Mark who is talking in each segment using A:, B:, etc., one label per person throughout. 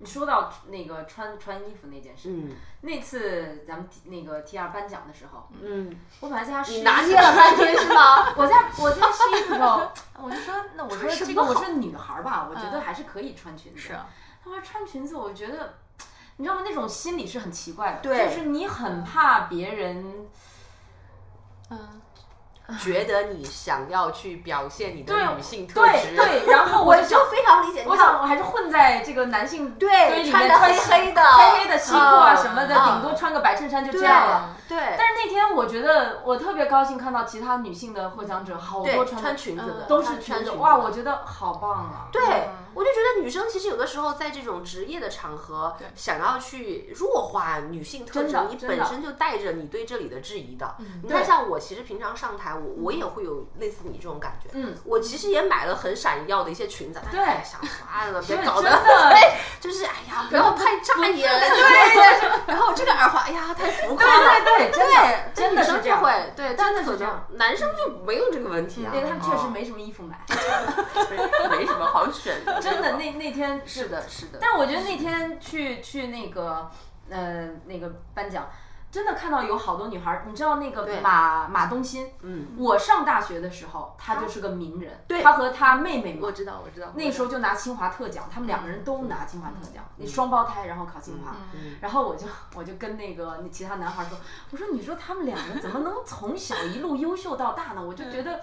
A: 你说到那个穿穿衣服那件事，
B: 嗯
A: 那次咱们 T- 那个 T 二颁奖的时候，
B: 嗯，
A: 我本来在家试衣
B: 你
A: 服
B: 拿捏了半天是吗？
A: 我在我在试衣服的时 候，我就说，那我说
C: 穿什
A: 这
C: 么
A: 个我
C: 好
A: 是女孩儿吧，我觉得
C: 嗯
A: 还是可以穿裙子。
C: 是啊
A: 他说穿裙子，我觉得，你知道吗？那种心理是很奇怪的，
B: 对
A: 就是你很怕别人。
C: 嗯，
B: 觉得你想要去表现你
A: 对
B: 的女性特
A: 对
B: 质，
A: 对， 然后我
B: 我
A: 就想，
B: 就非常理解。你
A: 我
B: 看
A: 想我还是混在这个男性堆里
B: 对，穿
A: 面
B: 的黑
A: 西
B: 黑的，
A: 黑黑的西裤啊
B: 嗯
A: 什么的，
B: 嗯
A: 顶多穿个白衬衫就这
B: 对嗯
A: 样了。
B: 对
A: 但是那天我觉得我特别高兴，看到其他女性的获奖者好多
B: 对，
A: 穿
B: 穿裙子的
C: 嗯
A: 都是
B: 穿穿
A: 裙子，
B: 裙
A: 哇，
B: 的
A: 我觉得好棒啊！
B: 对
C: 嗯，
B: 我就觉得女生其实有的时候在这种职业的场合
C: 对，
B: 想要去弱化女性特
A: 真
B: 质
A: 的，
B: 你
A: 真
B: 本
A: 的嗯
B: 身就带着你对这里的质疑的。你
A: 对
B: 看，像我其实平常上台，我我也会有类似你这种感觉。
A: 嗯，
B: 我其实也买了很闪耀的一些裙子，
A: 对
B: 哎想 算了，别
A: 对
B: 搞
A: 真
B: 得
A: 的
B: 就是哎呀，不要太扎眼。
A: 对对对
B: 然后这个耳环，哎呀，太浮夸了。
A: 对对，真的真的
B: 女
A: 是
B: 生
A: 这
B: 就
A: 样。
B: 会对，
A: 真
B: 但
A: 的是
B: 可
A: 这样
B: 能男生就没有这个问题啊。
A: 对他们确实
B: 哦
A: 没什么衣服买，
B: 没没什么好选 的。
A: 真的那那天
B: 是的，是的。
A: 但我觉得那天去去那个呃那个颁奖，真的看到有好多女孩儿，你知道那个
B: 对
A: 马马东新，
B: 嗯，
A: 我上大学的时候，她就是个名人，
B: 对
A: 她和她妹妹嘛
B: 我，知道，我知道。
A: 那时候就拿清华特奖，他们两个人都拿清华特奖，你双胞胎，然后考清华。
B: 嗯
A: 然后我就我就跟那个那其他男孩说，我说你说他们两个怎么能从小一路优秀到大呢？我就觉得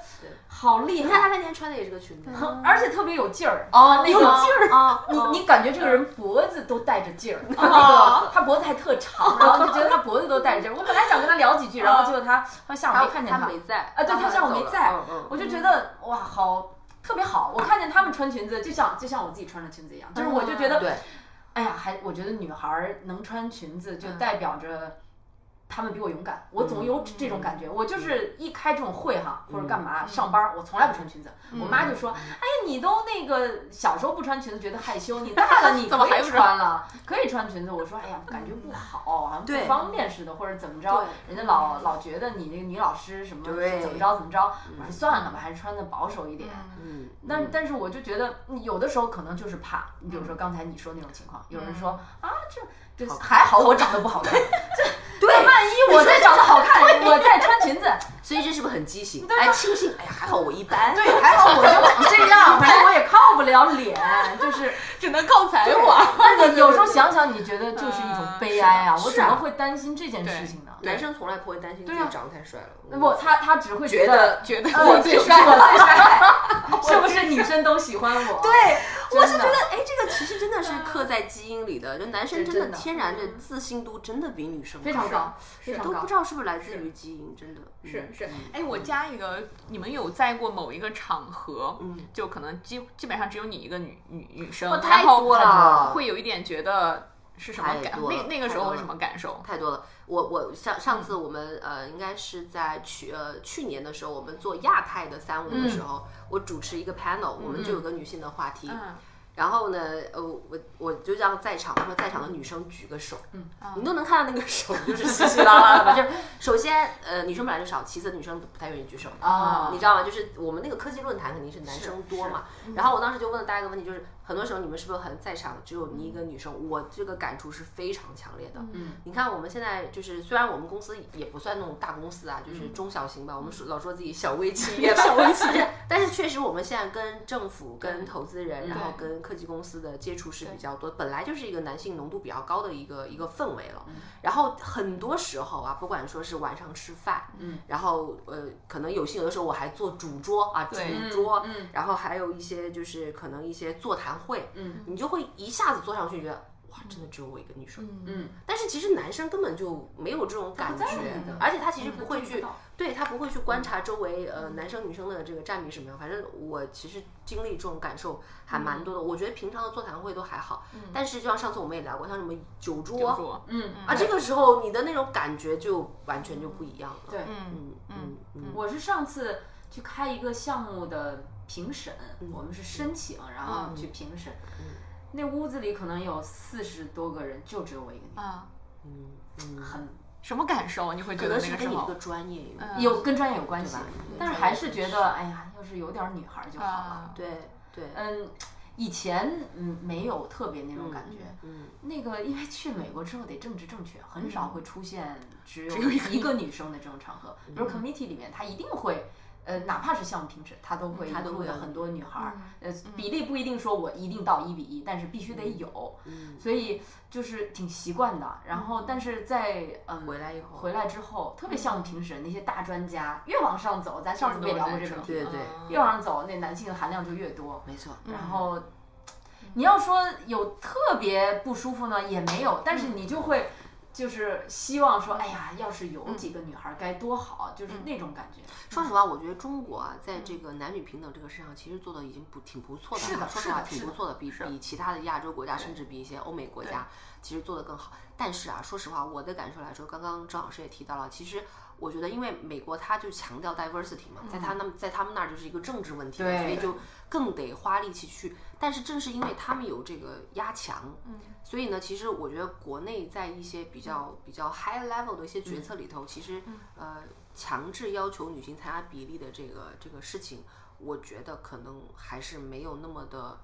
A: 好厉
B: 你看
A: 害，
B: 他那天穿的也是个裙子，
A: 很而且特别有劲儿
B: 哦
A: 那
B: 有
A: 个
B: 劲儿
A: 啊，你你感觉这个人脖子都带着劲儿，那个他脖子还特长，然后就觉得他脖子都带着劲儿。我本来想跟他聊几句，然后结果他他下午没看见
B: 他没在
A: 啊，对他下午没在
B: 嗯嗯，
A: 我就觉得哇，好特别好。我看见他们穿裙子，就像就像我自己穿的裙子一样，就是我就觉得
B: 对，
A: 哎呀，还我觉得女孩儿能穿裙子，
C: 嗯
A: 就代表着她们比我勇敢。我总有这种感觉，我
C: 嗯
A: 就是一开这种会哈，或者干嘛上班儿，我从来不穿裙子。
C: 嗯
A: 我妈就说：“哎呀，你都那个小时候不穿裙子觉得害羞，你大了你
C: 怎么
A: 可以
C: 还不嗯
A: 穿了，可以穿裙子。”我说：“哎呀，感觉不好，好像不
B: 对
A: 方便似的，或者怎么着
B: 对，
A: 人家老老觉得你那个女老师什么
B: 对
A: 怎么着怎么着。”
C: 嗯
A: 我说：“算了吧，还是穿的保守一点。”
B: 嗯，
A: 嗯但但是我就觉得嗯有的时候可能就是怕，你比如说刚才你说那种情况，有
B: 嗯
A: 人说啊这这还好我长得不好看，
B: 对，
A: 万一我再长得好看，我再穿裙子，
B: 所以这是不是很畸形？
A: 对吧啊
B: 哎，庆幸，哎呀，还好我一般。
A: 对，还好我就长这样，反正我也靠不了脸， 就是
C: 只能靠才华。
A: 那你有时候想想，你觉得就是一种悲哀啊，我
B: 是
A: 怎
B: 啊
A: 么会担心这件事情呢？
B: 男生从来不会担心自己
A: 对啊
B: 长得太帅了，
A: 那不，他他只会
B: 觉
A: 得
B: 得觉得
A: 呃
B: 我最
A: 就是
B: 帅
A: 我
B: 了。
A: 最帅，是不是女生都喜欢我？
B: 对，我是
A: 真的
B: 觉得，哎，这个其实真的是刻在基因里的，就男生
A: 对
B: 真的
A: 真的
B: 天然的自信度真的比女生
A: 非常高，非
B: 是
A: 常
B: 都
A: 高
B: 不。知道是不是来自于基因，真的嗯
A: 嗯
C: 是是，哎，我加一个，你们有在过某一个场合，
B: 嗯
C: 就可能基基本上只有你一个女女女生，
B: 哦太
C: 然后
B: 多了
C: 会有一点觉得是什么
B: 太
C: 感？
B: 多了
C: 那那个时
B: 太多
C: 候
B: 了
C: 是什么感受？
B: 太多了。我我上
A: 嗯
B: 上次我们、呃，应该是在去呃去年的时候，我们做亚太的三五的
A: 嗯
B: 时候，我主持一个 panel，我们就有个女性的话题。
C: 嗯
B: 然后呢，呃，我我就让在场，我说在场的女生举个手，嗯，你都能看到那个手就是稀稀拉拉的吧？就是首先，呃，女生本来就少，其次女生不太愿意举手
A: 啊
B: 你知道吗？就是我们那个科技论坛肯定是男嗯生多嘛。然后我当时就问了大家一个问题，就是很多时候你们是不是很在场只有你一个女生？我这个感触是非常强烈的。嗯，你看我们现在就是，虽然我们公司也不算那种大公司啊，就是中小型吧，我们说老说自己小微 企业吧，小微企业。嗯但是确实我们现在跟政府、跟投资人，然后跟科技公司的接触是比较多，本来就是一个男性浓度比较高的一个一个氛围了。然后很多时候啊，不管说是晚上吃饭，嗯，然后呃，可能有些有的时候我还做主桌啊，主桌，嗯，然后还有一些就是可能一些座谈会，嗯，你就会一下子坐上去觉得。哇，真的只有我一个女生，
A: 嗯，
B: 但是其实男生根本就没有这种感觉
A: 在意的，
B: 而嗯且他其实不会
A: 注意
B: 去
A: 不到，
B: 对他不会去观察周围呃男生女生的这个占比什么样。反正我其实经历这种感受还蛮多的，我觉得平常的座谈会都还好，但是就像上次我们也聊过，像什么酒桌，
C: 说
A: 嗯，
B: 啊，这个时候你的那种感觉就完全就不一样了。
A: 对
B: 嗯嗯嗯，
A: 我是上次去开一个项目的评审，我们是申请，然后去评审。那屋子里可能有四十多个人，就只有我一个女的，
C: 啊，
A: 很嗯
C: 什么感受？你会觉
B: 可
C: 得
B: 能
C: 那
B: 嗯是
C: 个时
B: 跟你这
C: 候
B: 个专业有关。
A: 有跟专业有关系
B: 对吧，
A: 但是还是觉得，哎呀，要是有点女孩儿就好了。
C: 啊，
B: 对对，
A: 嗯，以前嗯没有特别那种感觉。
B: 嗯，
A: 那个因为去美国之后得政治正确，很少会出现只
C: 只有
A: 有
C: 一个
A: 一个女生的这种场合。
B: 嗯
A: 比如 committee 里面，她一定会。呃，哪怕是项目评审，她都会
B: 嗯她都会
A: include
B: 有嗯
A: 很多女孩儿，呃，比例不一定说我一定到一比一，但是必须得
B: 嗯
A: 有，所以就是挺习惯的。然后，但是在嗯
B: 回来以后嗯
A: 回来之后，特别项目评审那些大专家，越往上走，咱上次不也聊过这个问题
B: 对
A: 吗？
B: 对，
A: 越往上走，那男性的含量就越多。
B: 没错，
A: 然后，你要说有特别不舒服呢，也没有，但
B: 嗯
A: 是你就会就是希望说，哎呀，要是
B: 嗯
A: 有几个女孩儿该多好，就是那种感觉。
B: 说实话，我觉得中国啊，在这个男女平等这个事上，其实做的已经不挺不错的了。
A: 是的
B: 说
A: 是
B: 实话，
A: 的
B: 挺
A: 是
B: 不
A: 的
B: 错的，比比其他的亚洲国家，甚至比一些欧美国家，其实做的更好。但是啊，说实话，我的感受来说，刚刚郑老师也提到了，其实我觉得，因为美国它就强调 diversity 嘛，在他那在他们那儿就是一个政治问题嘛，
A: 对
B: 所以就更得花力气去。但是正是因为他们有这个压强，所以呢，其实我觉得国内在一些比较比较 high level 的一些决策里头，其实呃强制要求女性参加比例的这个这个事情，我觉得可能还是没有那么的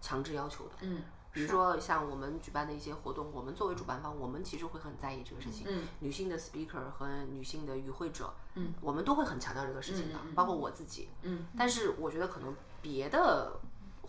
B: 强制要求的。
A: 嗯，
B: 比如说像我们举办的一些活动，我们作为主办方，我们其实会很在意这个事情。
A: 嗯，
B: 女性的 speaker 和女性的与会者，嗯，我们都会很强调这个事情的，
A: 嗯嗯嗯
B: 包括我自己。
A: 嗯，
B: 但是我觉得可能别的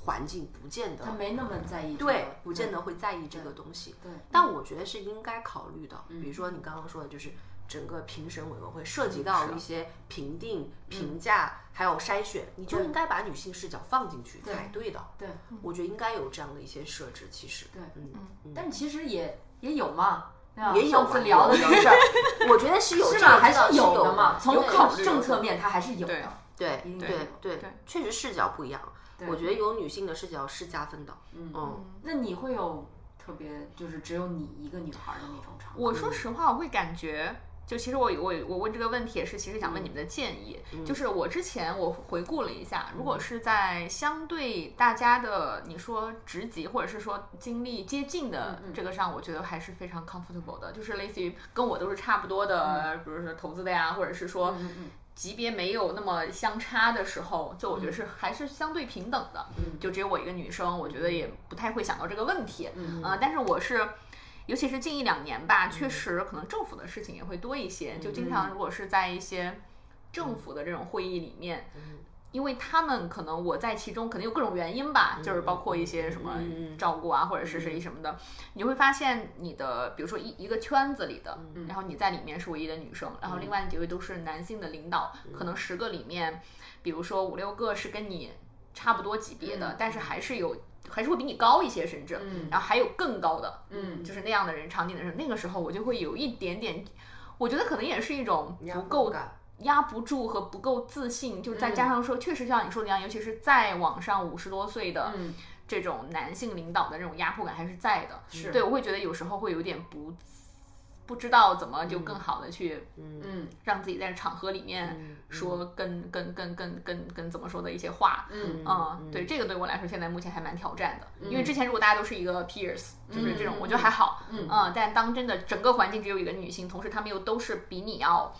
B: 环境不见得
A: 他没那么在意这个、
B: 对，不见
A: 得
B: 得会在意这个东西。
A: 对，嗯
B: 但我觉得是应该考虑的。比如说你刚刚说的，就是整个评审委员会涉及到一些评
A: 嗯
B: 定、评价，还有筛选，你就应该把女性视角放进去才对的。
A: 对。嗯
B: 我觉得应该有这样的一些设置。其实，
A: 对
B: 嗯，
A: 但是其实也也有嘛，对吧？
B: 也有
A: 上次
B: 嘛
A: 聊的
B: 有
A: 那个事儿，
B: 我觉得是有
A: 是
B: 这
A: 吧？
B: 个
A: 还
B: 知道
A: 是
B: 是有
A: 的嘛，从
B: 有
A: 考
B: 考虑
A: 政策面它还是有
C: 对
A: 的。嗯
B: 对
A: 一定
B: 对
A: 有
B: 对
C: 对
B: 确实视角不一样。我觉得有女性的视角是加分的。嗯，
A: 那你会有特别就是只有你一个女孩儿的那种场合？
C: 我说实话，我会感觉，就其实我我我问这个问题也是，其实想问你们的建议。就是我之前我回顾了一下，如果是在相对大家的你说职级或者是说经历接近的这个上，我觉得还是非常 comfortable 的，就是类似于跟我都是差不多的，比如说投资的呀，或者是说。级别没有那么相差的时候，就我觉得是还是相对平等的。嗯，就只有我一个女生，我觉得也不太会想到这个问题。嗯、呃，但是我是尤其是近一两年吧，确实可能政府的事情也会多一些。就经常如果是在一些政府的这种会议里面，因为他们可能我在其中可能有各种原因吧，就是包括一些什么照顾啊，或者是谁什么的，你会发现你的比如说一一个圈子里的，然后你在里面是唯一的女生，然后另外几位都是男性的领导，可能十个里面，比如说五六个是跟你差不多级别的，但是还是有。还是会比你高一些，甚至，然后还有更高的，嗯，就是那样的人，场景的人，那个时候我就会有一点点，我觉得可能也是一种不够
B: 感。
C: 压不住和不够自信，就再加上说，确实像你说的一样，尤其是再往上五十多岁的这种男性领导的这种压迫感还是在的。是对，我会觉得有时候会有点不不知道怎么就更好的去，嗯，让自己在场合里面说跟跟跟跟跟跟怎么说的一些话，嗯对，这个对我来说现在目前还蛮挑战的，因为之前如果大家都是一个 peers，就是这种，我觉得还好，嗯但当真的整个环境只有一个女性，同时她们又都是比你要。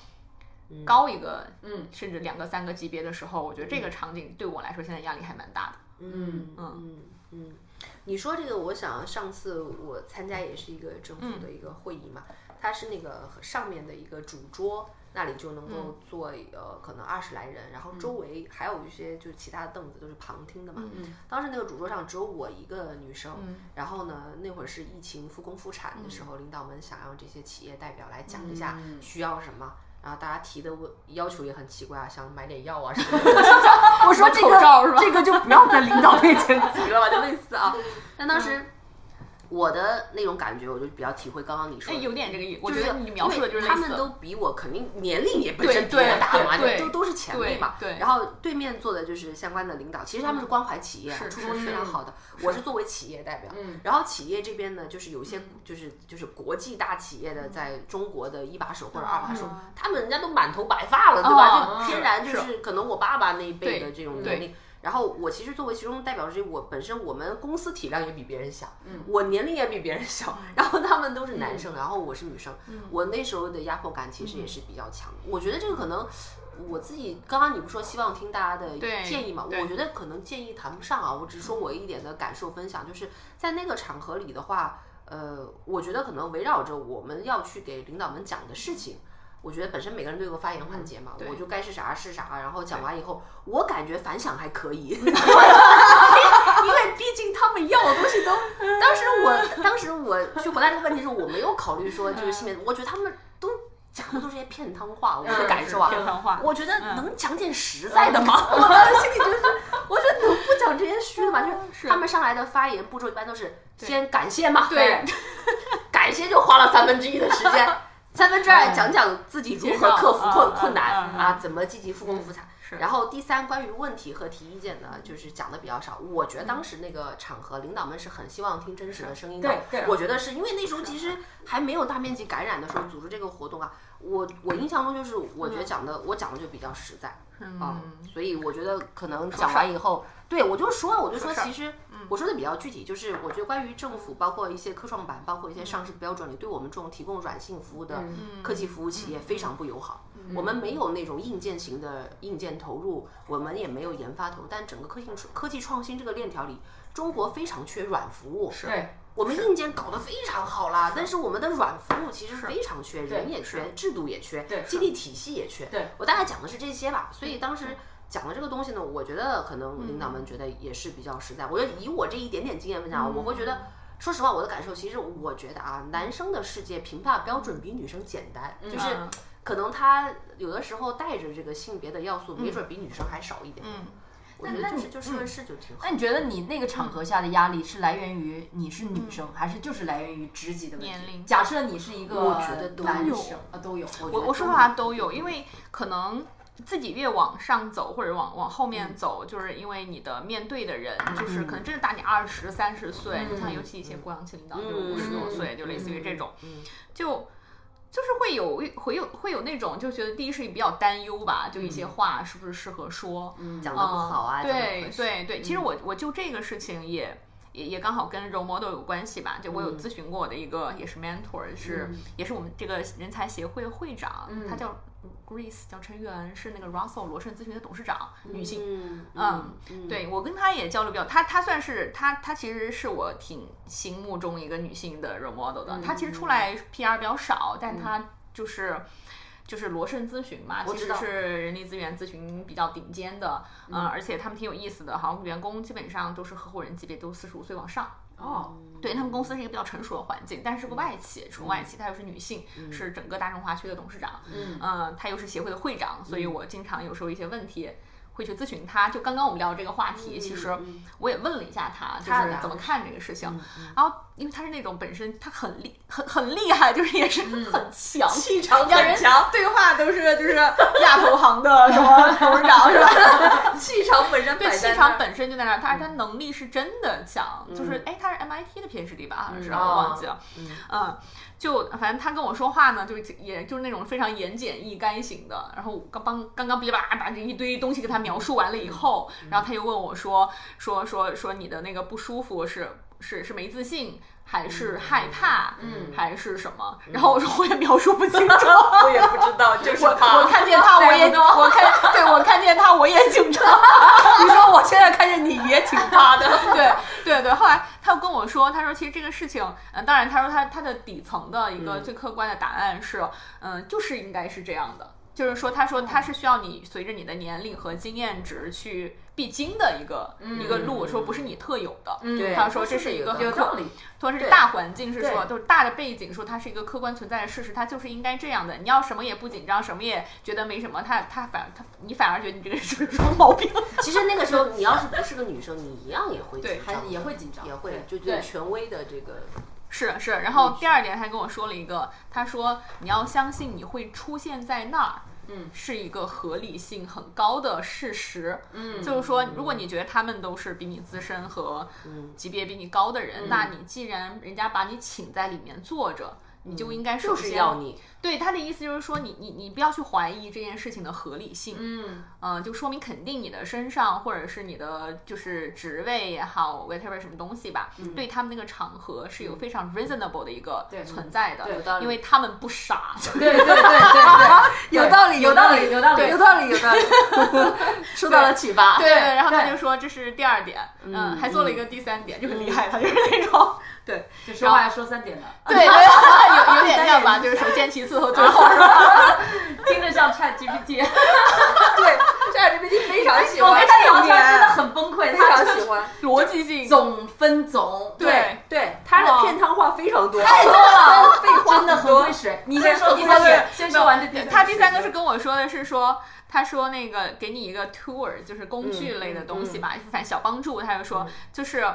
C: 高一个，嗯，甚至两个、三个级别的时候，我觉得这个场景对我来说现在压力还蛮大的。
B: 嗯嗯嗯，你说这个，我想上次我参加也是一个政府的一个会议嘛，它是那个上面的一个主桌那里就能够坐、呃可能二十来人，然后周围还有一些就是其他的凳子都是旁听的嘛。当时那个主桌上只有我一个女生，然后呢那会儿是疫情复工复产的时候，领导们想让这些企业代表来讲一下需要什么。然后大家提的问要求也很奇怪啊，想买点药啊什么的。我说这
C: 口罩是
B: 个
C: 吧
B: 这个就不要在领导面前提了吧，就类似 啊。但当
C: 嗯
B: 时我的那种感觉，我就比较体会刚刚你说
C: 哎，
B: 的，
C: 有点这个意，我
B: 就是
C: 觉得你描述的就是
B: 因为他
C: 类似
B: 们
C: 的
B: 都比我肯定年龄也本身比
C: 对对
B: 我大嘛，
C: 对对
B: 都都是前辈嘛。
C: 对对
B: 然后对面坐的就是相关的领导，其实他们是关怀企业啊，
C: 是
B: 初衷
C: 是嗯
B: 非常好的。我是作为企业代表，然后企业这边呢，就是有一些就是就是国际大企业的，在中国的一把手
C: 嗯
B: 或者二把
C: 啊
B: 手，他们人家都满头白发了，对吧？
C: 哦
B: 就天然就是可能我爸爸那一辈的这种
C: 对
B: 年龄。然后我其实作为其中代表之一，我本身我们公司体量也比别人小，
C: 嗯
B: 我年龄也比别人小，然后他们都
C: 嗯
B: 是男生，然后我是女生，我那时候的压迫感其实也是比较强。我觉得这个可能我自己刚刚你不说希望听大家的建议嘛？我觉得可能建议谈不上啊，我只是说我一点的感受分享，就是在那个场合里的话，呃，我觉得可能围绕着我们要去给领导们讲的事情。我觉得本身每个人都有个发言环节嘛，
C: 对
B: 我就该是啥是啥，然后讲完以后，我感觉反响还可以， 因为毕竟他们要的东西都，当时我当时我去回答这个问题的时候，我没有考虑说就是性别，我觉得他们都讲的都是些片汤话，我
C: 嗯
B: 的感受啊，
C: 片汤话
B: 我觉得能讲点实在的吗？ 我当时心里就是，我觉得能不讲这些虚的吗？就是他们上来的发言步骤一般都是先感谢嘛，
C: 对，
B: 感谢就花了三分之一的时间。嗯三分之二讲讲自己如何克服困困难
C: 嗯嗯嗯
B: 啊，怎么积极复工复产。
C: 是
B: 然后第三，关于问题和提意见呢，就是讲的比较少。我觉得当时那个场合，领导们是很希望听真实的声音的。
A: 对对
B: 我觉得是因为那时候其实还没有大面积感染的时候，组织这个活动啊，我我印象中就是我觉得讲的我讲的就比较实在啊，
C: 嗯
B: 所以我觉得可能讲完以后，对我就说我就说
C: 事儿嗯
B: 其实我说的比较具体，就是我觉得关于政府包括一些科创板，包括一些上市标准里，对我们这种提供软性服务的
C: 嗯
B: 科技服务企业非常不友好。我们没有那种硬件型的硬件投入，我们也没有研发投入，但整个科技科技创新这个链条里，中国非常缺软服务。是
A: 对，
B: 我们硬件搞得非常好啦，但是我们的软服务其实非常缺，人也缺
A: 是，
B: 制度也缺，
A: 对
B: 激励体系也缺。
A: 对
B: 我大概讲的是这些吧，所以当时。讲的这个东西呢，我觉得可能领导们觉得也是比较实在。我觉得以我这一点点经验分享，我会觉得，说实话，我的感受其实我觉得啊，男生的世界评判标准比女生简单，就是
C: 嗯
B: 可能他有的时候带着这个性别的要素，没准比女生还少一点。嗯，我觉得嗯
A: 那
B: 就是
A: 你
B: 就事论事就挺好
A: 那。你觉得你那个场合下的压力是来源于你是女生，还是就是来源于职级的问题
C: 年龄
A: 假设你是一个
B: 我觉得都
A: 男
B: 有
A: 生啊，都有。
B: 觉
A: 我
B: 得
C: 我说实话都有，因为可能自己越往上走或者往往后
B: 嗯
C: 面走，就是因为你的面对的人，就是可能真的大你二十三
B: 嗯
C: 十岁，你像尤其一些过洋期领导，就是五十多岁，就类似于这种，
B: 嗯
C: 就。就是会有会有会有那种就觉得第一是比较担忧吧，就一
B: 嗯
C: 些话是不是适合说，
B: 讲的不好啊，讲得不
C: 对
B: 合适
C: 对对，其实
B: 嗯
C: 我我就这个事情也。也也刚好跟 role model 有关系吧，就我
B: 嗯
C: 有咨询过我的一个也是 mentor，是、也是我们这个人才协会会长，
B: 嗯
C: 她叫 Grace，叫陈媛，是那个 Russell 罗盛咨询的董事长，女性。
B: 嗯嗯，
C: 对我跟她也交流比较，她她算是她她其实是我挺心目中一个女性的 role model
B: 嗯
C: 的，她其实出来 PR 比较少，但她就是。就是罗盛咨询嘛，其
B: 知
C: 实
B: 道
C: 是人力资源咨询比较顶尖的，嗯、而且他们挺有意思的，好像员工基本上都是合伙人级别都四十五岁往上，
A: 哦，
C: 对他们公司是一个比较成熟的环境，但是个外企，纯外企，她又是女性，是整个大中华区的董事长，嗯，她又是协会的会长，所以我经常有时候一些问题。会去咨询她。就刚刚我们聊这个话题，其实我也问了一下她，就
B: 她的
C: 是
B: 答
C: 怎么
B: 案
C: 看这个事情。然后，因为她是那种本身她很厉很很厉害，就是也是很嗯强，
B: 气场
C: 两人对话都是就是亚投行的什么董事长是吧？
B: 气场本身
C: 对，
B: 摆
C: 气
B: 在那
C: 场
B: 儿嗯
C: 本身就在那儿，但是他能力是真的强，就是哎，他是 MIT 的 PhD 吧，好像是
B: 嗯
C: 我忘记了，嗯，就反正他跟我说话呢，就是也就是那种非常言简意赅型的，然后我刚帮刚刚哔哩吧啦把这一堆东西给他描述完了
B: 嗯
C: 以后，然后他又问我说说说说你的那个不舒服是是是没自信。还是害怕，嗯，还是什么？然后我说我也描述不 清楚，
B: 我也不知道，就是
C: 我
B: 怕。
C: 看见他，我
A: 带
C: 也
A: 不动
C: 我看，对我看见他，我也紧张。
B: 你说我现在看见你也挺怕的，
C: 对对对，后来他又跟我说，他说其实这个事情，嗯、当然他说他他的底层的一个最客观的答案是，嗯、就是应该是这样的，就是说他说他是需要你随着你的年龄和经验值去必经的一个、一个路，说不是你特有的，
A: 对
C: 他说这
B: 是
C: 是一个
B: 有
C: 很
A: 有
C: 客
A: 道理。
C: 说是
B: 对
C: 大环境是说，
A: 对
C: 就是大的背景说它是一个客观存在的事实，它就是应该这样的。你要什么也不紧张，什么也觉得没什么，他他反他你反而觉得你这个人是不是有毛病？
B: 其实那个时候，你要是不是个女生，你一样也会
C: 对
B: 紧
A: 还
B: 张，
A: 也会紧张，
B: 也会
A: 对
B: 就觉得
A: 对
B: 权威的这个
C: 是是。然
B: 嗯
C: 后第二点，他跟我说了一个，他说你要相信你会出现在那儿。
A: 嗯，
C: 是一个合理性很高的事实。嗯，就是说，如果你觉得他们都是比你资深
B: 嗯
C: 和级别比你高的人，那你既然人家把你请在里面坐着，你就应该首
B: 嗯就是
C: 先
B: 要你，
C: 对他的意思就是说你，你你不要去怀疑这件事情的合理性，
A: 嗯，
C: 嗯、就说明肯定你的身上或者是你的就是职位也好，whatever 什么东西吧，对他们那个场合是有非常 reasonable 的一个
A: 对
C: 存在的，
A: 对
B: 有道理
C: 因为他们不傻。
A: 对对对 对
B: 有道理，
A: 有道理
B: 有
A: 有道理
B: 有道理，有道理，受到了启发。
C: 对，然后他
A: 对
C: 就说这是第二点，嗯，
B: 嗯
C: 还做了一个第三点，就很厉害，他就是那种，对
A: 对，就说话要说三点的，
C: 对，对有有点像吧，就是首先其次和最后是吧？
A: 听着像 Chat GPT。
B: 对，ChatGPT 非常喜
A: 我
B: 欢
A: 跟他聊天真的很崩溃，
B: 非
A: 他
B: 常
A: 就是
B: 喜欢。
C: 逻辑性
A: 总分总，
C: 对
B: 对，他的
C: 哦
B: 片汤话非常多，太多
A: 了，
B: 废话
A: 真的很会水。你先说第三点，先说完这第
C: 对
A: 三。
C: 他第三个是跟我说的是说，他说那个给你一个 tour，就是
A: 嗯
C: 工具类的东西吧，反正小帮助。他就说就是，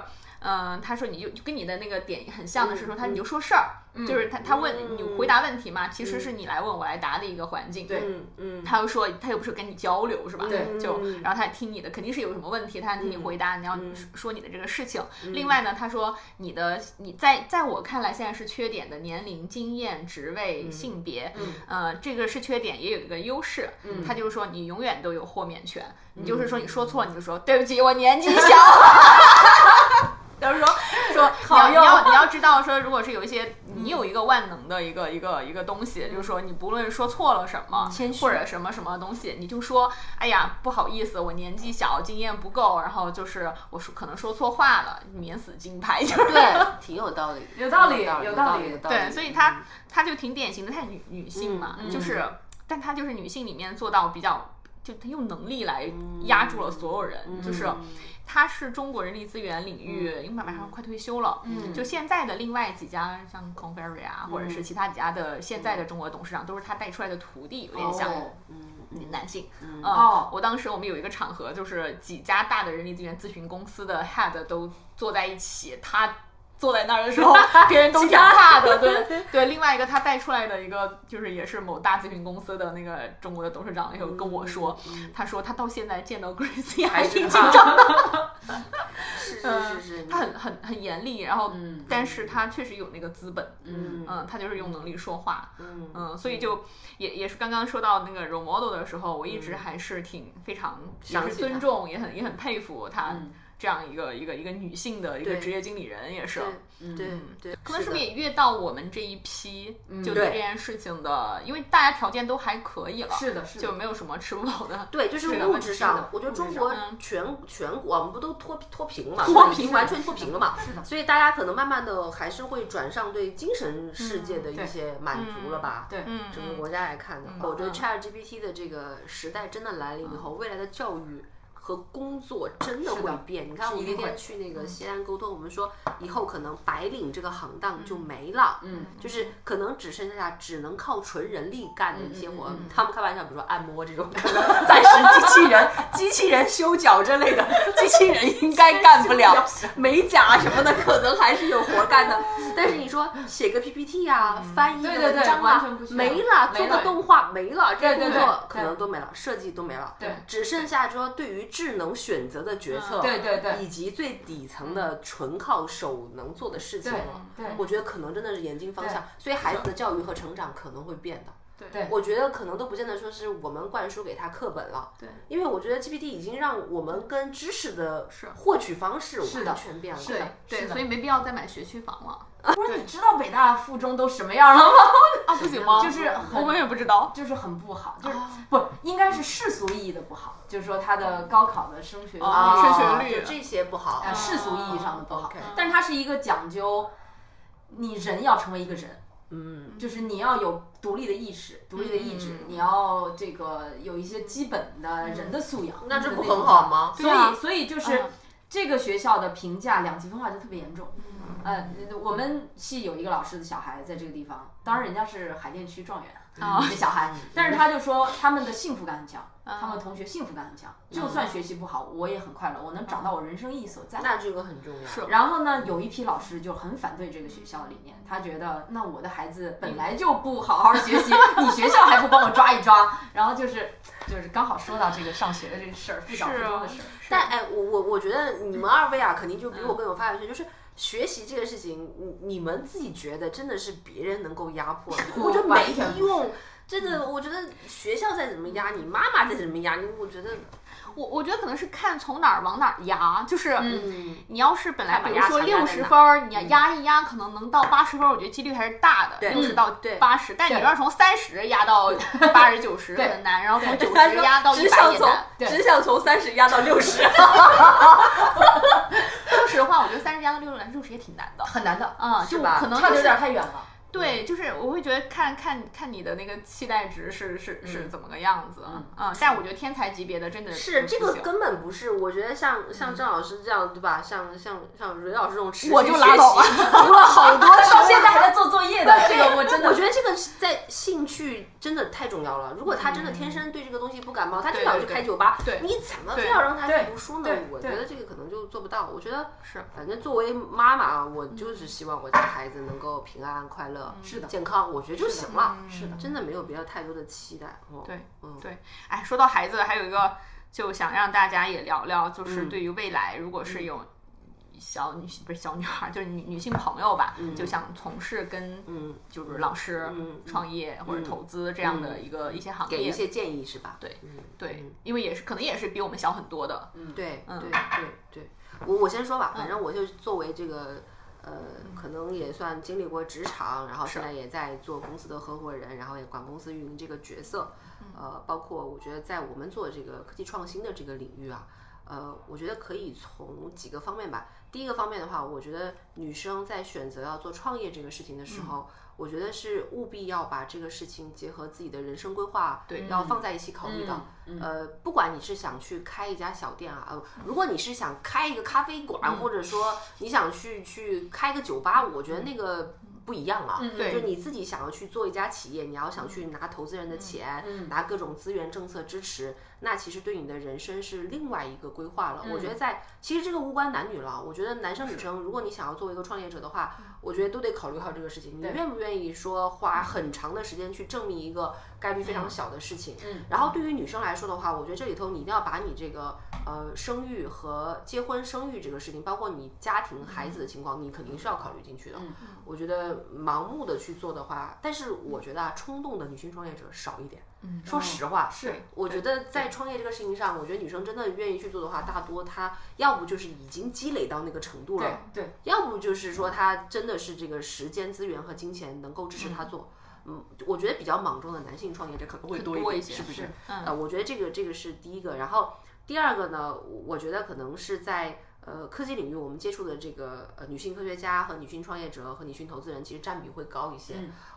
C: 嗯、他说你就就跟你的那个点很像的
A: 嗯
C: 是说，他你就说事儿，就是他他问你回答问题嘛，其实是你来问我来答的一个环境。
A: 嗯对
B: 嗯嗯，
C: 他又说，他又不是跟你交流是吧？
A: 对
C: 就
B: 嗯
C: 然后他也听你的，肯定是有什么问题，他听你回答，你要
B: 嗯
C: 说你的这个事情。另外呢，他说你的你在在我看来现在是缺点的年龄、经验、职位、
B: 嗯
C: 性别，呃，这个是缺点，也有一个优势。
B: 嗯
C: 他就是说你永远都有豁免权，你就是说你说错了，你就说对不起，我年纪小。就是说说你要
A: 好
C: 你
A: 用
C: 要你要知道说，如果是有一些你有一个万能的一个一个一个东西，就是说你不论说错了什么，
B: 谦虚
C: 或者什么什么东西，你就说哎呀不好意思，我年纪小，经验不够，然后就是我说可能说错话了，免死金牌就是。
B: 对，挺有道理，
A: 有道理
B: 有
A: 有
B: 道
A: 道理
B: 有道理。
C: 对，所以她她就挺典型的，她女女性嘛，
B: 嗯
C: 就是，但她就是女性里面做到比较，就她用能力来
B: 嗯
C: 压住了所有人，就是她是中国人力资源领域，
B: 嗯
C: 因为马上快退休了，
A: 嗯
C: 就现在的另外几家像 Conferia 啊，或者
B: 嗯
C: 是其他几家的现在的中国董事长，都是她带出来的徒弟，有点像。
A: 哦
C: 男性，嗯，
A: 哦
C: 我当时我们有一个场合，就是几家大的人力资源咨询公司的 head 都坐在一起，他坐在那儿的时候，别人都挺怕的，对对。另外一个他带出来的一个，就是也是某大咨询公司的那个中国的董事长，有跟我说，他说他到现在见到 Gracie 还挺紧张的，
B: 是是是是，嗯
C: 他很很很严厉，然后、
A: 嗯
C: 但是他确实有那个资本，
A: 嗯
C: 嗯，他就是用能力说话，
B: 嗯
C: 嗯，所以就也也是刚刚说到那个 role model 的时候，我一直还是挺非常嗯也
B: 想
C: 是
B: 起他
C: 尊重，也很也很佩服她
A: 嗯
C: 这样一个一个一个女性的一个
B: 对
C: 职业经理人，也是。
B: 对对对，
C: 可能是不是
B: 的
C: 也越到我们这一批，
B: 对
C: 就嗯对这件事情的，因为大家条件都还可以了，
A: 是的是的
C: 就没有什么吃不饱的。
B: 对，就是
A: 的
B: 物
A: 是
B: 质上
A: 的，
B: 我觉得
A: 物质
B: 中国
C: 上嗯
B: 全全国我们不都脱脱贫了，
C: 脱
B: 就是
C: 贫
B: 完全脱贫了嘛
A: 是的，
B: 所以大家可能慢慢的还是会转向对精神世界的一
A: 对
B: 些满足了吧，
A: 对
C: 嗯，
B: 整个国家来看
A: 嗯
B: 的话，我觉得 Chat GPT 的这个时代真的来临以后，未来的教育和工作真的
A: 是
B: 会
A: 的
B: 变。你看，
A: 是
B: 我
A: 一
B: 那
A: 定
B: 天
A: 会嗯
B: 去那个西安沟通，我们说以后可能白领这个行当就没了，嗯，就是可能只剩下只能靠纯人力干
A: 嗯
B: 的一些活。他们开玩笑，比如说按摩这种，暂时机器人、机器人修脚之类的，机器人应该干不了。美甲什么的，可能还是有活 干的。但是你说写个 PPT 啊，翻译一
A: 嗯
B: 个
A: 对对对
B: 文章
A: 完
B: 啊
A: 全不，需要
B: 没了，做
A: 没
B: 个
A: 了
B: 动画没了，这
A: 对
B: 工
A: 对
B: 作
A: 对
B: 可能都没了，设计都没了，
A: 对嗯
B: 只剩下说对于智能选择的决策，
A: 对对对
B: 以及最底层的纯靠手能做的事情
A: 对
B: 了。
A: 对
B: 我觉得可能真的是眼睛方向，所以孩子的教育和成长可能会变的。
A: 对
B: 我觉得可能都不见得说是我们灌输给他课本了，对，因为我觉得 GPT 已经让我们跟知识的获取方式完全变了，
A: 对
C: 对，
A: 是的
C: 所以没必要再买学区房了。
A: 不是你知道北大附中都什么样了吗？
C: 啊，不行吗？
A: 就是
C: 我
A: 很
C: 们也不知 道。
A: 就是很不好，就是
B: 哦
A: 不应该是世俗意义的不好，就是说它的高考的升学率
C: 哦升学
B: 啊
C: 率
B: 就这些不好，
A: 呃世俗意义上的不好
B: 哦 OK，
A: 但是它是一个讲究，你人要成为一个人，
B: 嗯，
A: 就是你要有独立的意识、独立的意志，你要这个有一些基本的人的素养，
B: 嗯那这
A: 就
B: 不
A: 种
B: 很好吗
A: 所
C: 对啊
A: 以，所以就是
C: 嗯
A: 这个学校的评价两极分化就特别严重。
B: 嗯
A: 呃，我们系有一个老师的小孩在这个地方，当然人家是海淀区状元
B: 哦
C: 啊
A: 这小 孩，但是他就说他们的幸福感很强，他们同学幸福感很强，就算学习不好，我也很快乐，我能找到我人生意义所在。
B: 那这个很重要，是
A: 然后呢，有一批老师就很反对这个学校的理念，他觉得那我的孩子本来就不好好学 习，你学校还不帮我抓一抓，然后就是就是刚好说到这个上学的这个事儿，不找
C: 是
A: 附
C: 啊
A: 中的事儿，
B: 但哎，我我我觉得你们二位啊，肯定就比我更有发言权，就是。学习这个事情，你你们自己觉得真的是别人能够压迫你，
A: 我
B: 我觉得没
A: 完全不是
B: 用。真的，我觉得学校再怎么压你，妈妈再怎么压你，我觉得，
C: 我我觉得可能是看从哪儿往哪儿压，就是
B: 嗯，
C: 你要是本来
B: 看把
C: 比如
B: 压
C: 说
B: 强压在
C: 六十
B: 哪
C: 分儿，你要压一压，可能能到八十分儿，我觉得几率还是大的，六十到
B: 对
C: 八十。但你要是从三十 压到八十九十
A: 对
C: 很难，然后从九
B: 他
C: 十
B: 说
C: 压到
B: 只
C: 一百
B: 想
C: 也
B: 从
C: 难。对，
B: 只想从三十压到六 十，
C: 说实话，我觉得三十压到六十难，六十也挺 难的。
A: 很难的，
C: 嗯，
B: 是
C: 就
B: 吧
C: 可能
A: 差的
C: 就
A: 有
C: 是
A: 点太远了。
C: 对，就是我会觉得看看看你的那个期待值是是是怎么个样子，嗯，但我觉得天才级别的真的
B: 是
C: 嗯不
B: 这个
C: 行
B: 根本不是，我觉得像像郑老师这样，对吧？像像像蕊老师这种持续
C: 我就拉倒吧
B: 学习，读了好多
A: 他到
B: 书，
A: 现在还在做作 业呢，这个我真的
B: 我觉得这个是在兴趣真的太重要了。如果他真的天生对这个东西不感冒，他就
C: 嗯对
B: 想
C: 对
B: 去
C: 对
B: 开酒吧，
C: 对
B: 你怎么
C: 对
B: 非要让他
A: 对
B: 去读书呢
A: 对？
B: 我觉
A: 对
B: 得这个可能就做不到。我觉得
C: 是，嗯
B: 反正作为妈妈啊，我就是希望我的孩子能够平安、快乐、
A: 是的
B: 健康，我觉得就行了。
C: 嗯
A: 是的
B: 真的没有必要太多的期待。哦，
C: 对
B: 嗯，
C: 对，哎，说到孩子，还有一个就想让大家也聊聊，就是
B: 嗯
C: 对于未来，如果是有小女不是小女孩，就是女女性朋友吧，就想从事跟
B: 嗯，
C: 就是老师、
B: 嗯
C: 创业或者投资这样的一个、一些行
B: 给一
C: 业，
B: 些建议是吧？嗯对
C: 对，因为也是可能也是比我们小很多的，嗯，
B: 对对对对，我我先说吧，反正我就作为这个。呃，可能也算经历过职场，然后现在也在做公司的合伙人，然后也管公司运营这个角色。呃，包括我觉得在我们做这个科技创新的这个领域啊，呃，我觉得可以从几个方面吧。第一个方面的话，我觉得女生在选择要做创业这个事情的时候，我觉得是务必要把这个事情结合自己的人生规划，对，要放在一起考虑到。呃，不管你是想去开一家小店啊，呃，如果你是想开一个咖啡馆，或者说你想去去开个酒吧，我觉得那个。不一样啊，
C: 对
B: 就是你自己想要去做一家企业，你要想去拿投资人的钱，拿各种资源政策支持，那其实对你的人生是另外一个规划了。我觉得在其实这个无关男女了，我觉得男生女生，如果你想要作为一个创业者的话，我觉得都得考虑好这个事情，你愿不愿意说花很长的时间去证明一个概率非常小的事情。嗯，然后对于女生来说的话，我觉得这里头你一定要把你这个呃生育和结婚生育这个事情，包括你家
A: 嗯
B: 庭孩子的情况，你肯定是要考虑进去的。我觉得盲目的去做的话，但是我觉得啊，冲动的女性创业者少一点。嗯，说实话，
A: 哦是
B: 我觉得在创业这个事情上，我觉得女生真的愿意去做的话，大多她要不就是已经积累到那个程度了，
A: 对对，
B: 要不就是说她真的是这个时间、资源和金钱能够支持她做。嗯，我觉得比较莽撞的男性创业者可能会多
C: 多
B: 一
C: 一
B: 点，
C: 些
B: 是不是？
C: 是
B: 啊、我觉得这个这个是第一个，然后第二个呢，我觉得可能是在呃科技领域，我们接触的这个呃女性科学家和女性创业者和女性投资人，其实占比会高一些。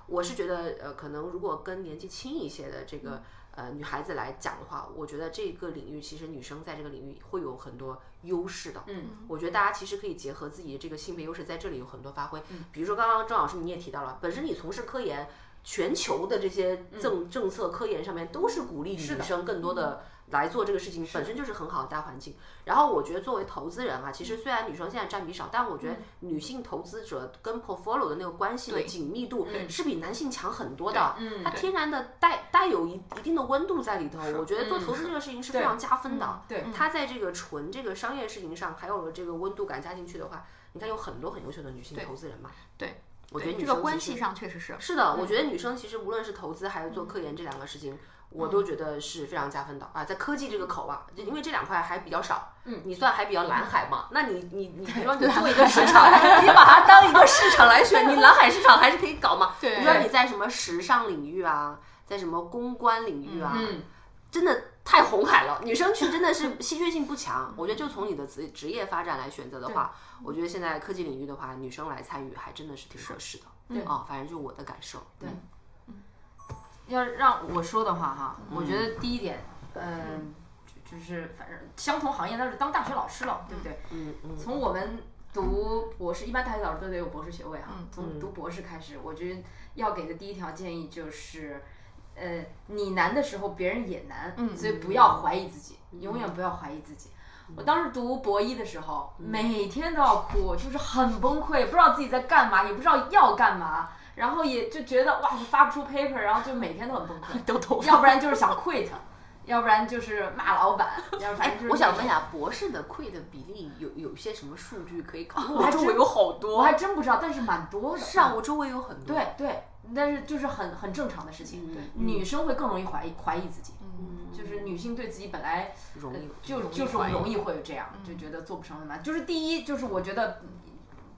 B: 我是觉得呃，可能如果跟年纪轻一些的这个呃女孩子来讲的话，我觉得这个领域其实女生在这个领域会有很多优势的。嗯，我觉得大家其实可以结合自己的这个性别优势，在这里有很多发挥。比如说刚刚郑老师你也提到了，本身你从事科研。全球的这些政政策、科研上面都嗯是鼓励女生更多的来做这个事情，本身就是很好的大环境。然后我觉得作为投资人啊，其实虽然女生现在占比少，但我觉得女性投资者跟 portfolio 的那个关系的紧密度是比男性强很多的。嗯嗯，它天然的带带有一一定的温度在里头。我觉得做投资这个事情是非常加分的。
A: 对，
B: 它在这个纯这个商业事情上，还有这个温度感加进去的话，你看有很多很优秀的女性投资人嘛。
C: 对，
B: 我觉得女
C: 这
B: 生嗯
C: 个关
B: 其实
C: 系上确实是
B: 是的，我觉得女生其实无论是投资还是做科研这两个事情，我都觉得是非常加分的啊，在科技这个口啊，就因为这两块还比较少，嗯，你算还比较蓝海嘛，那你你你比如说你做一个市场， 你把它当一个市场来 选，你蓝海市场还是可以搞嘛，
C: 对
B: 比如说你在什么时尚领域啊，在什么公关领域啊，
A: 嗯，
B: 真的太红海了，女生去真的是稀缺性不强。我觉得就从你的职职业发展来选择的话，我觉得现在科技领域的话，女生来参与还真的是挺合适的。对啊，反正就是我的感受。对，
A: 要是让我说的话哈，我觉得第一点，嗯，就就是反正相同行业，那是当大学老师了，对不对？
B: 嗯 嗯
A: 从我们读博士，一般大学老师都得有博士学位哈。
C: 嗯
B: 嗯
A: 从读博士开始，我觉得要给的第一条建议就是，呃，你难的时候别人也难，
B: 嗯
A: 所以不要怀疑自己，永远不要怀疑自己。我当时读博一的时候，
B: 嗯
A: 每天都要哭，就是很崩溃，不知道自己在干嘛，也不知道要干嘛，然 后也就觉得哇，我发不出 paper，然后就每天都很崩溃。
C: 都头
A: 要不然就是想 quit，要不然就是骂老板，要不然就是。
B: 哎我想问一，下，博士的 quit 的比例有有些什么数据可以考？
A: 哦我还
B: 周
A: 真
B: 围有好多，
A: 我还真不知道，但是蛮多的。
B: 是啊，我周围有很多。
A: 对对，但是就是很很正常的事
B: 嗯
A: 情。对，女生会更容易怀疑怀疑自己，就是女性对自己本来
B: 容易
A: 就
B: 容易
A: 就是
B: 怀疑嗯
A: 容易会这样，就觉得做不成了嘛。就是第一，就是我觉得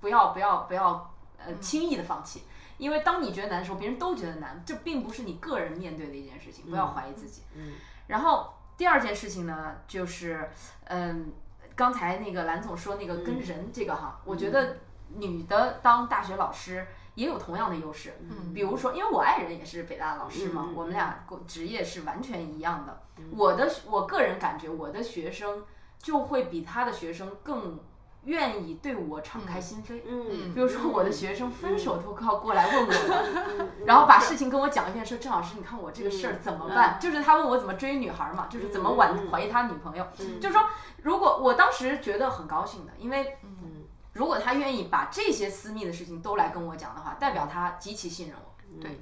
A: 不要不要不要呃
B: 嗯
A: 轻易的放弃，因为当你觉得难的时候，别人都觉得难，这并不是你个人面对的一件事情，不要怀疑自己。
B: 嗯
A: 然后第二件事情呢，就是嗯，刚才那个蓝总说那个
B: 嗯
A: 跟人这个哈，我觉得女的当大学老师也有同样的优势。嗯，比如说，因为我爱人也是北大的老师嘛，
B: 嗯嗯嗯
A: 我们俩职业是完全一样的。我的我个人感觉，我的学生就会比他的学生更愿意对我敞开心扉。
B: 嗯，
A: 比如说，我的学生分手都靠过来问我了，
B: 嗯，
A: 然后把事情跟我讲一遍，说郑老师，你看我这个事儿怎么办？就是他问我怎么追女孩嘛，就是怎么挽
B: 嗯嗯
A: 回他女朋友。就是说，如果我当时觉得很高兴的，因为
B: 嗯
A: 如果他愿意把这些私密的事情都来跟我讲的话，代表他极其信任我。
B: 嗯
C: 对，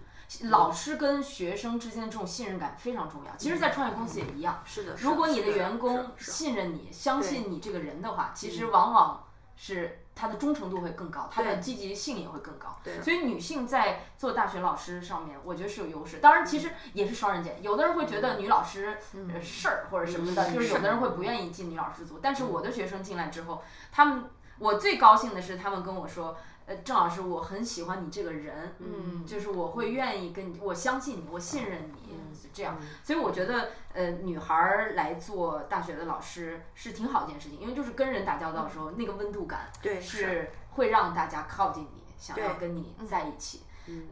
A: 老师跟学生之间这种信任感非常重要。其实，在创业公司也一样，
B: 是的。
A: 如果你的
B: 是
A: 员工
C: 是的
A: 信任你、相信你这个人的话，其实往往是他的忠诚度会更高，他的积极性也会更高。
B: 对
A: 所以女性在做大学老师上面，我觉得是有优势。当然，其实也是双刃剑，有的人会觉得女老师呃事儿或者什么的，
B: 嗯
A: 就是有的人会不愿意进女老师组。但是我的学生进来之后，他们我最高兴的是他们跟我说。呃，郑老师，我很喜欢你这个人，嗯，嗯就是我会愿意跟你，我相信你，我信任你，是这样。所以我觉得，呃，女孩儿来做大学的老师是挺好一件事情，因为就是跟人打交道的时候，那个温度感，
B: 对
A: 是会让大家靠近你，想要
B: 对
A: 跟你在一起。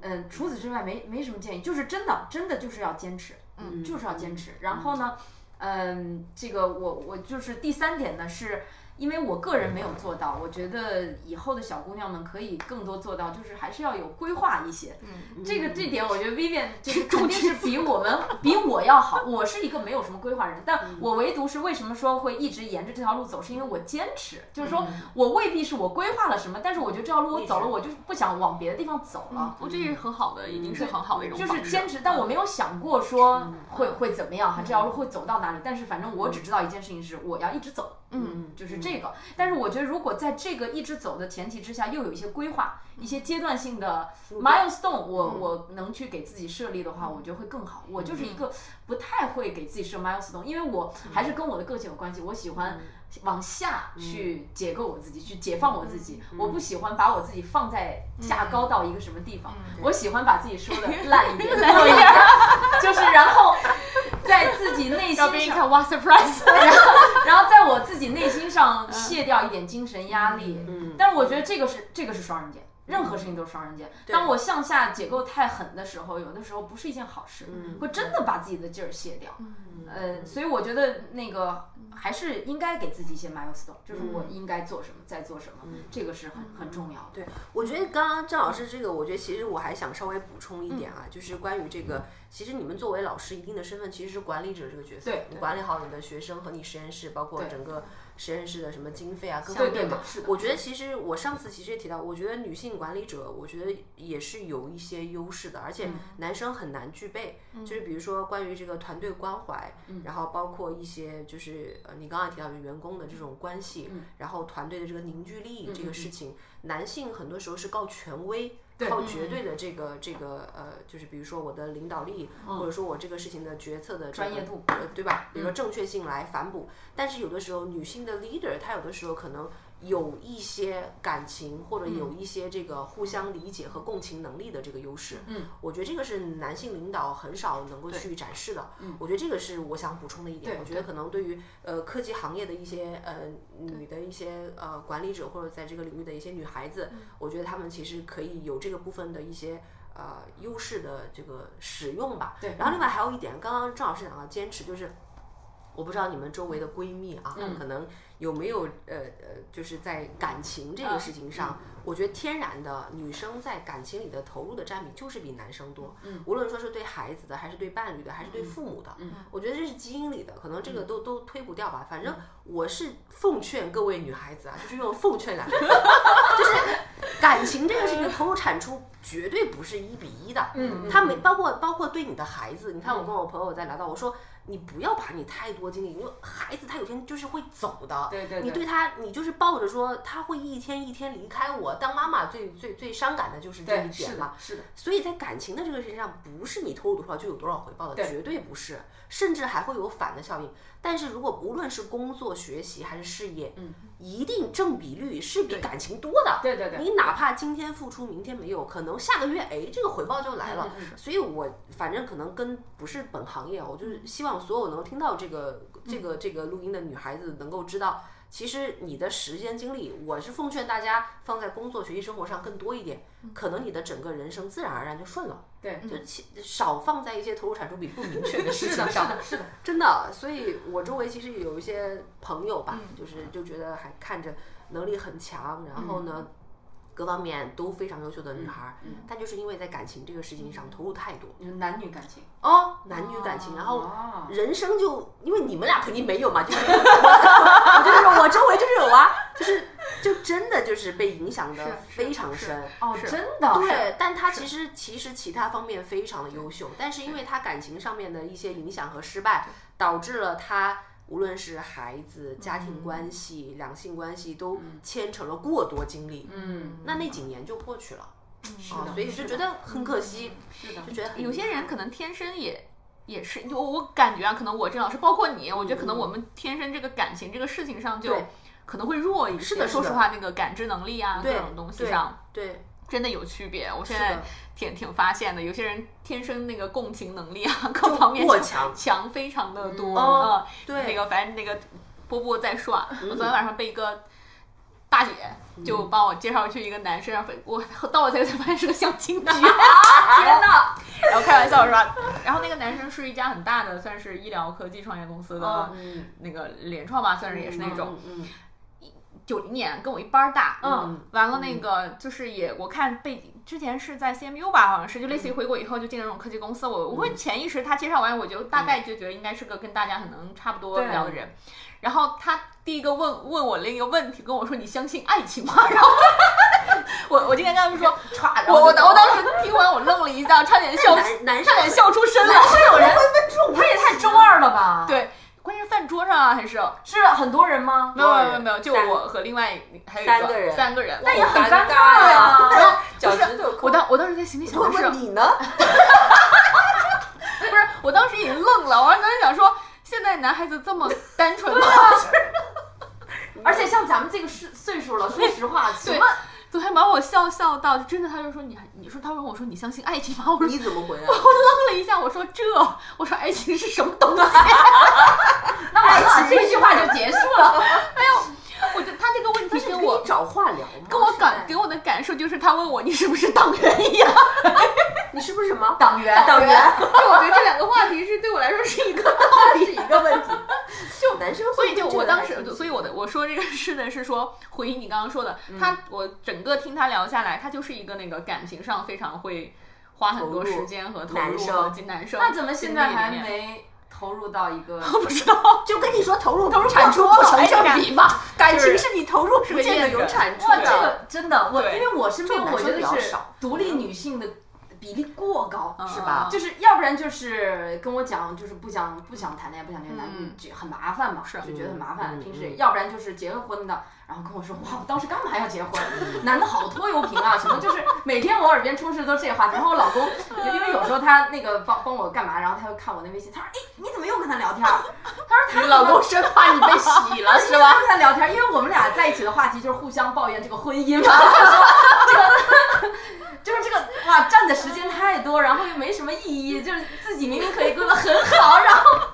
A: 嗯，除此之外没没什么建议，就是真的真的就是要坚持，嗯，就是要坚持。然后呢，嗯，这个我我就是第三点呢，是因为我个人没有做到，我觉得以后的小姑娘们可以更多做到，就是还是要有规划一些。嗯，这个这点我觉得 Vivian 就是肯定是比我们比我要好。我是一个没有什么规划人，但我唯独是为什么说会一直沿着这条路走，是因为我坚持，就是说我未必是我规划了什么，但是我觉得这条路我走了，我就是不想往别的地方走了。
C: 我觉哦得也是很好的，已经
B: 嗯
C: 是很好的一种
A: 就
C: 方
A: 是
C: 式。
A: 坚持，但我没有想过说会会怎么样，哈，这条路会走到哪里。但是反正我只知道一件事情是，我要一直走，嗯，就是这个。但是我觉得，如果在这个一直走的前提之下，又有一些规划、一些阶段性的 milestone，我我能去给自己设立的话，我觉得会更好。我就是一个不太会给自己设 milestone，因为我还是跟我的个性有关系，我喜欢。往下去解构我自己，去解放我自己。我不喜欢把我自己放在架高到一个什么地方，
C: 嗯
A: 我喜欢把自己说的烂一点，烂一点，就是然后在自己内
C: 要不
A: 心
C: 然一
A: 上，
C: 看哇 surprise，
A: 然后在我自己内心上卸掉一点精神压力。
B: 嗯
A: 但是我觉得这个是这个是双刃剑，任何事情都是双刃剑。当我向下解构太狠的时候，有的时候不是一件好事，会真的把自己的劲儿卸掉。
C: 嗯
A: 呃，所以我觉得那个还是应该给自己一些 milestone，就是我应该做什么，再做什么，这个是很很重要的。
B: 对， 我觉得刚刚郑老师这个，我觉得其实我还想稍微补充一点
A: 嗯
B: 啊，就是关于这个，其实你们作为老师一定的身份，其实是管理者这个角色，
A: 对
B: 你管理好你的学生和你实验室，包括整个实验室的什么经费啊，各
A: 对
B: 方
A: 对
B: 面
A: 对
B: 嘛。，
A: 是的。
B: 我觉得其实我上次其实也提到，我觉得女性管理者，我觉得也是有一些优势的，而且
A: 嗯
B: 男生很难具备。就是比如说关于这个团队关怀，
A: 嗯
B: 然后包括一些就是呃你刚刚也提到的员工的这种关系，
A: 嗯
B: 然后团队的这个凝聚力这个事情，男性很多时候是靠权威。
A: 嗯
B: 靠绝对的这个这个呃，就是比如说我的领导力，或者说我这个事情的决策的这个
A: 嗯专业度嗯
B: 呃对吧？比如说正确性来反哺。但是有的时候女性的 leader，她有的时候可能有一些感情或者有一些这个互相理解和共情能力的这个优势。嗯，我觉得这个是男性领导很少能够去展示的。嗯，我觉得这个是我想补充的一点。我觉得可能对于呃科技行业的一些呃女的一些呃管理者或者在这个领域的一些女孩子，我觉得她们其实可以有这个部分的一些。呃，优势的这个使用吧。对。然后另外还有一点，刚刚郑老师讲到坚持，就是我不知道你们周围的闺蜜啊，可能有没有呃呃，就是在感情这个事情上，我觉得天然的女生在感情里的投入的占比就是比男生多，无论说是对孩子的，还是对伴侣的，还是对父母的，我觉得这是基因里的，可能这个都都推不掉吧。反正我是奉劝各位女孩子啊，就是用“奉劝”两个字， 就是感情这个事情的投入产出绝
A: 嗯
B: 对不是一比一的，嗯，他没包括包括对你的孩子，你看我跟我朋友在聊到，我说你不要把你太多精力，因为孩子他有天就是会走的。
A: 对对对
B: 你对他，你就是抱着说他会一天一天离开我。当妈妈最最最伤感的就是这一
A: 对，
B: 点
A: 是的，。
B: 嘛
A: 是的，
B: 所以在感情的这个事情上，不是你投入多少就有多少回报的，
A: 对
B: 绝对不是，甚至还会有反的效应。但是如果无论是工作、学习还是事业，嗯，一定正比率是比感情多的。
A: 对对对
B: 你哪怕今天付出，明天没有，可能下个月哎，这个回报就来了。所以我反正可能跟不是本行业，啊
A: 嗯
B: 我就是希望所有能听到这个这个这个录音的女孩子能够知道。其实你的时间精力，我是奉劝大家放在工作、学习、生活上更多一点，
A: 嗯
B: 可能你的整个人生自然而然就顺了。
A: 对
B: 就其少放在一些投入产出比不明确的事
A: 是
B: 情
A: 的，是
B: 上。
A: 的，是的。
B: 真的，所以我周围其实有一些朋友吧，就是就觉得还看着能力很强，然后呢，各方面都非常优秀的女孩儿，但就是因为在感情这个事情上投入太多
A: 你说男女感情，
B: 哦，男女感情，然后
A: 哦
B: 人生就因为你们俩肯定没有嘛，就是 我我就是说我周围就是有啊，就是就真的就是被影响的非常深。
A: 哦，真的，
B: 对，但他其实其实其他方面非常的优秀，但是因为他感情上面的一些影响和失败，导致了他无论是孩子、家
C: 嗯
B: 庭关系、两性关系都牵扯了过多精力。
A: 嗯，
B: 那那几年就过去了，
C: 嗯
A: 是
B: 啊
A: 的，，
B: 所以就觉得很可惜，
A: 是的
B: 就觉得很
C: 有些人可能天生也也是，我我感觉啊，可能我郑老师，包括你，我觉得可能我们天生这个感情这个事情上就
B: 嗯对
C: 可能会弱一些。
B: 是的是
C: 说
B: 的
C: 实话，那个感知能力啊，各
B: 对
C: 种东西上。
B: 对
C: 真的有区别，我现
B: 是
C: 在
B: 的
C: 挺挺发现的，有些人天生那个共情能力啊，各方面
B: 过
C: 就
B: 强
C: 强非常的多。
B: 哦
C: 嗯
B: 对嗯
C: 那个反正那个波波在刷，我昨天晚上被一个大姐就帮我介绍去一个男生，然后我到了才才发现是个相亲 局，天呐！然后开玩笑是吧？然后那个男生是一家很大的，算是医疗科技创业公司的
B: 哦嗯
C: 那个联创吧，算是也是那种。
B: 嗯
C: 九零年跟我一班儿大，
A: 嗯，
C: 完了那个就是也我看被之前是在 CMU 吧，好像是就类似于回国以后就进了那种科技公司，我我会潜意识他介绍完，我就大概就觉得应该是个跟大家可能差不多
A: 对
C: 聊的人，然后他第一个问问我另一个问题，跟我说你相信爱情吗？ 然后我我今天跟他 们说，啊
A: 歘，
C: 我我当我当时听完我愣了一下， 差点笑，
B: 嗯男男
C: 差点
B: 生
C: 笑出声来，
A: 会有人会问出，他也太中二了吧？，
C: 对。关键是饭桌上啊，还是
A: 是很多人吗？
C: 没有没有没有没有，就
B: 三
C: 我和另外还有一
B: 三个人
C: 三个人，
A: 那也很尴尬
B: 呀
A: 呀。
B: 脚趾头
C: 我当我当时在心里想
B: 会
C: 的是，
B: 问你呢？
C: 不是，我当时已经愣了，我当时想说，现在男孩子这么单纯吗？
B: 啊
A: 而且像咱们这个岁岁数了，说实话，
C: 对
A: 什么
C: 昨天把我笑笑到，就真的，他就说你还，你说他问我说你相信爱情吗？我 说
B: 你怎么回来？
C: 我愣了一下，我说这，我说爱情是什么东西？
A: 那完了，这句话就结束了。
C: 我就他这个问题
B: 可
C: 跟
B: 以
C: 我
B: 找话聊吗？
C: 跟我
B: 现
C: 感
B: 在
C: 给我的感受就是，他问我你是不是党员一样，
B: 你是不是什么？
A: 党员，
B: 党 员
C: 就我觉得这两个话题是对我来说是一个道理
B: 是。一个问题， 就男生
C: 所以就我当时，
B: 就
C: 所以我的我说这个 是的是说回应你刚刚说的，
B: 嗯
C: 他我整个听他聊下来，他就是一个那个感情上非常会花很多
B: 投入
C: 时间和投
B: 男
C: 入
B: 生
C: 和及男生。
A: 那怎么现在还？ 没投入到一 个？
C: 不知道，
B: 就跟你说投入投入产出不
C: 哎
B: 成正 比嘛，感情是你投入不见得有产出
A: 哇，
B: 的。
A: 这个真的，我
C: 对
A: 因为我身边
B: 这种
A: 我觉
B: 男
A: 得
B: 生比较
A: 是
B: 少
A: 独立女性的比例过高，
C: 嗯
B: 是吧
A: 就是要不然就是跟我讲，就是不想不想谈恋爱，不想这个男
C: 嗯
A: 就很麻烦嘛，
C: 是
A: 就觉得很麻烦。
B: 嗯
A: 平时
B: 嗯
A: 要不然就是结了婚的，然后跟我说哇，我当时干嘛要结 婚？男的好拖油瓶啊，什么就是每天我耳边充斥都是这话题。然后我老公，因为有时候他那个帮帮我干嘛，然后他就看我那微信，他说哎，你怎么又跟他聊天啊儿？他说他
B: 你老公生怕你被 洗了是吧？
A: 跟他聊天，因为我们俩在一起的话题就是互相抱怨这个婚姻 嘛，说这个就是这个哇，占的时间太多，然后又没什么意义，就是自己明明可以过得很好，然后。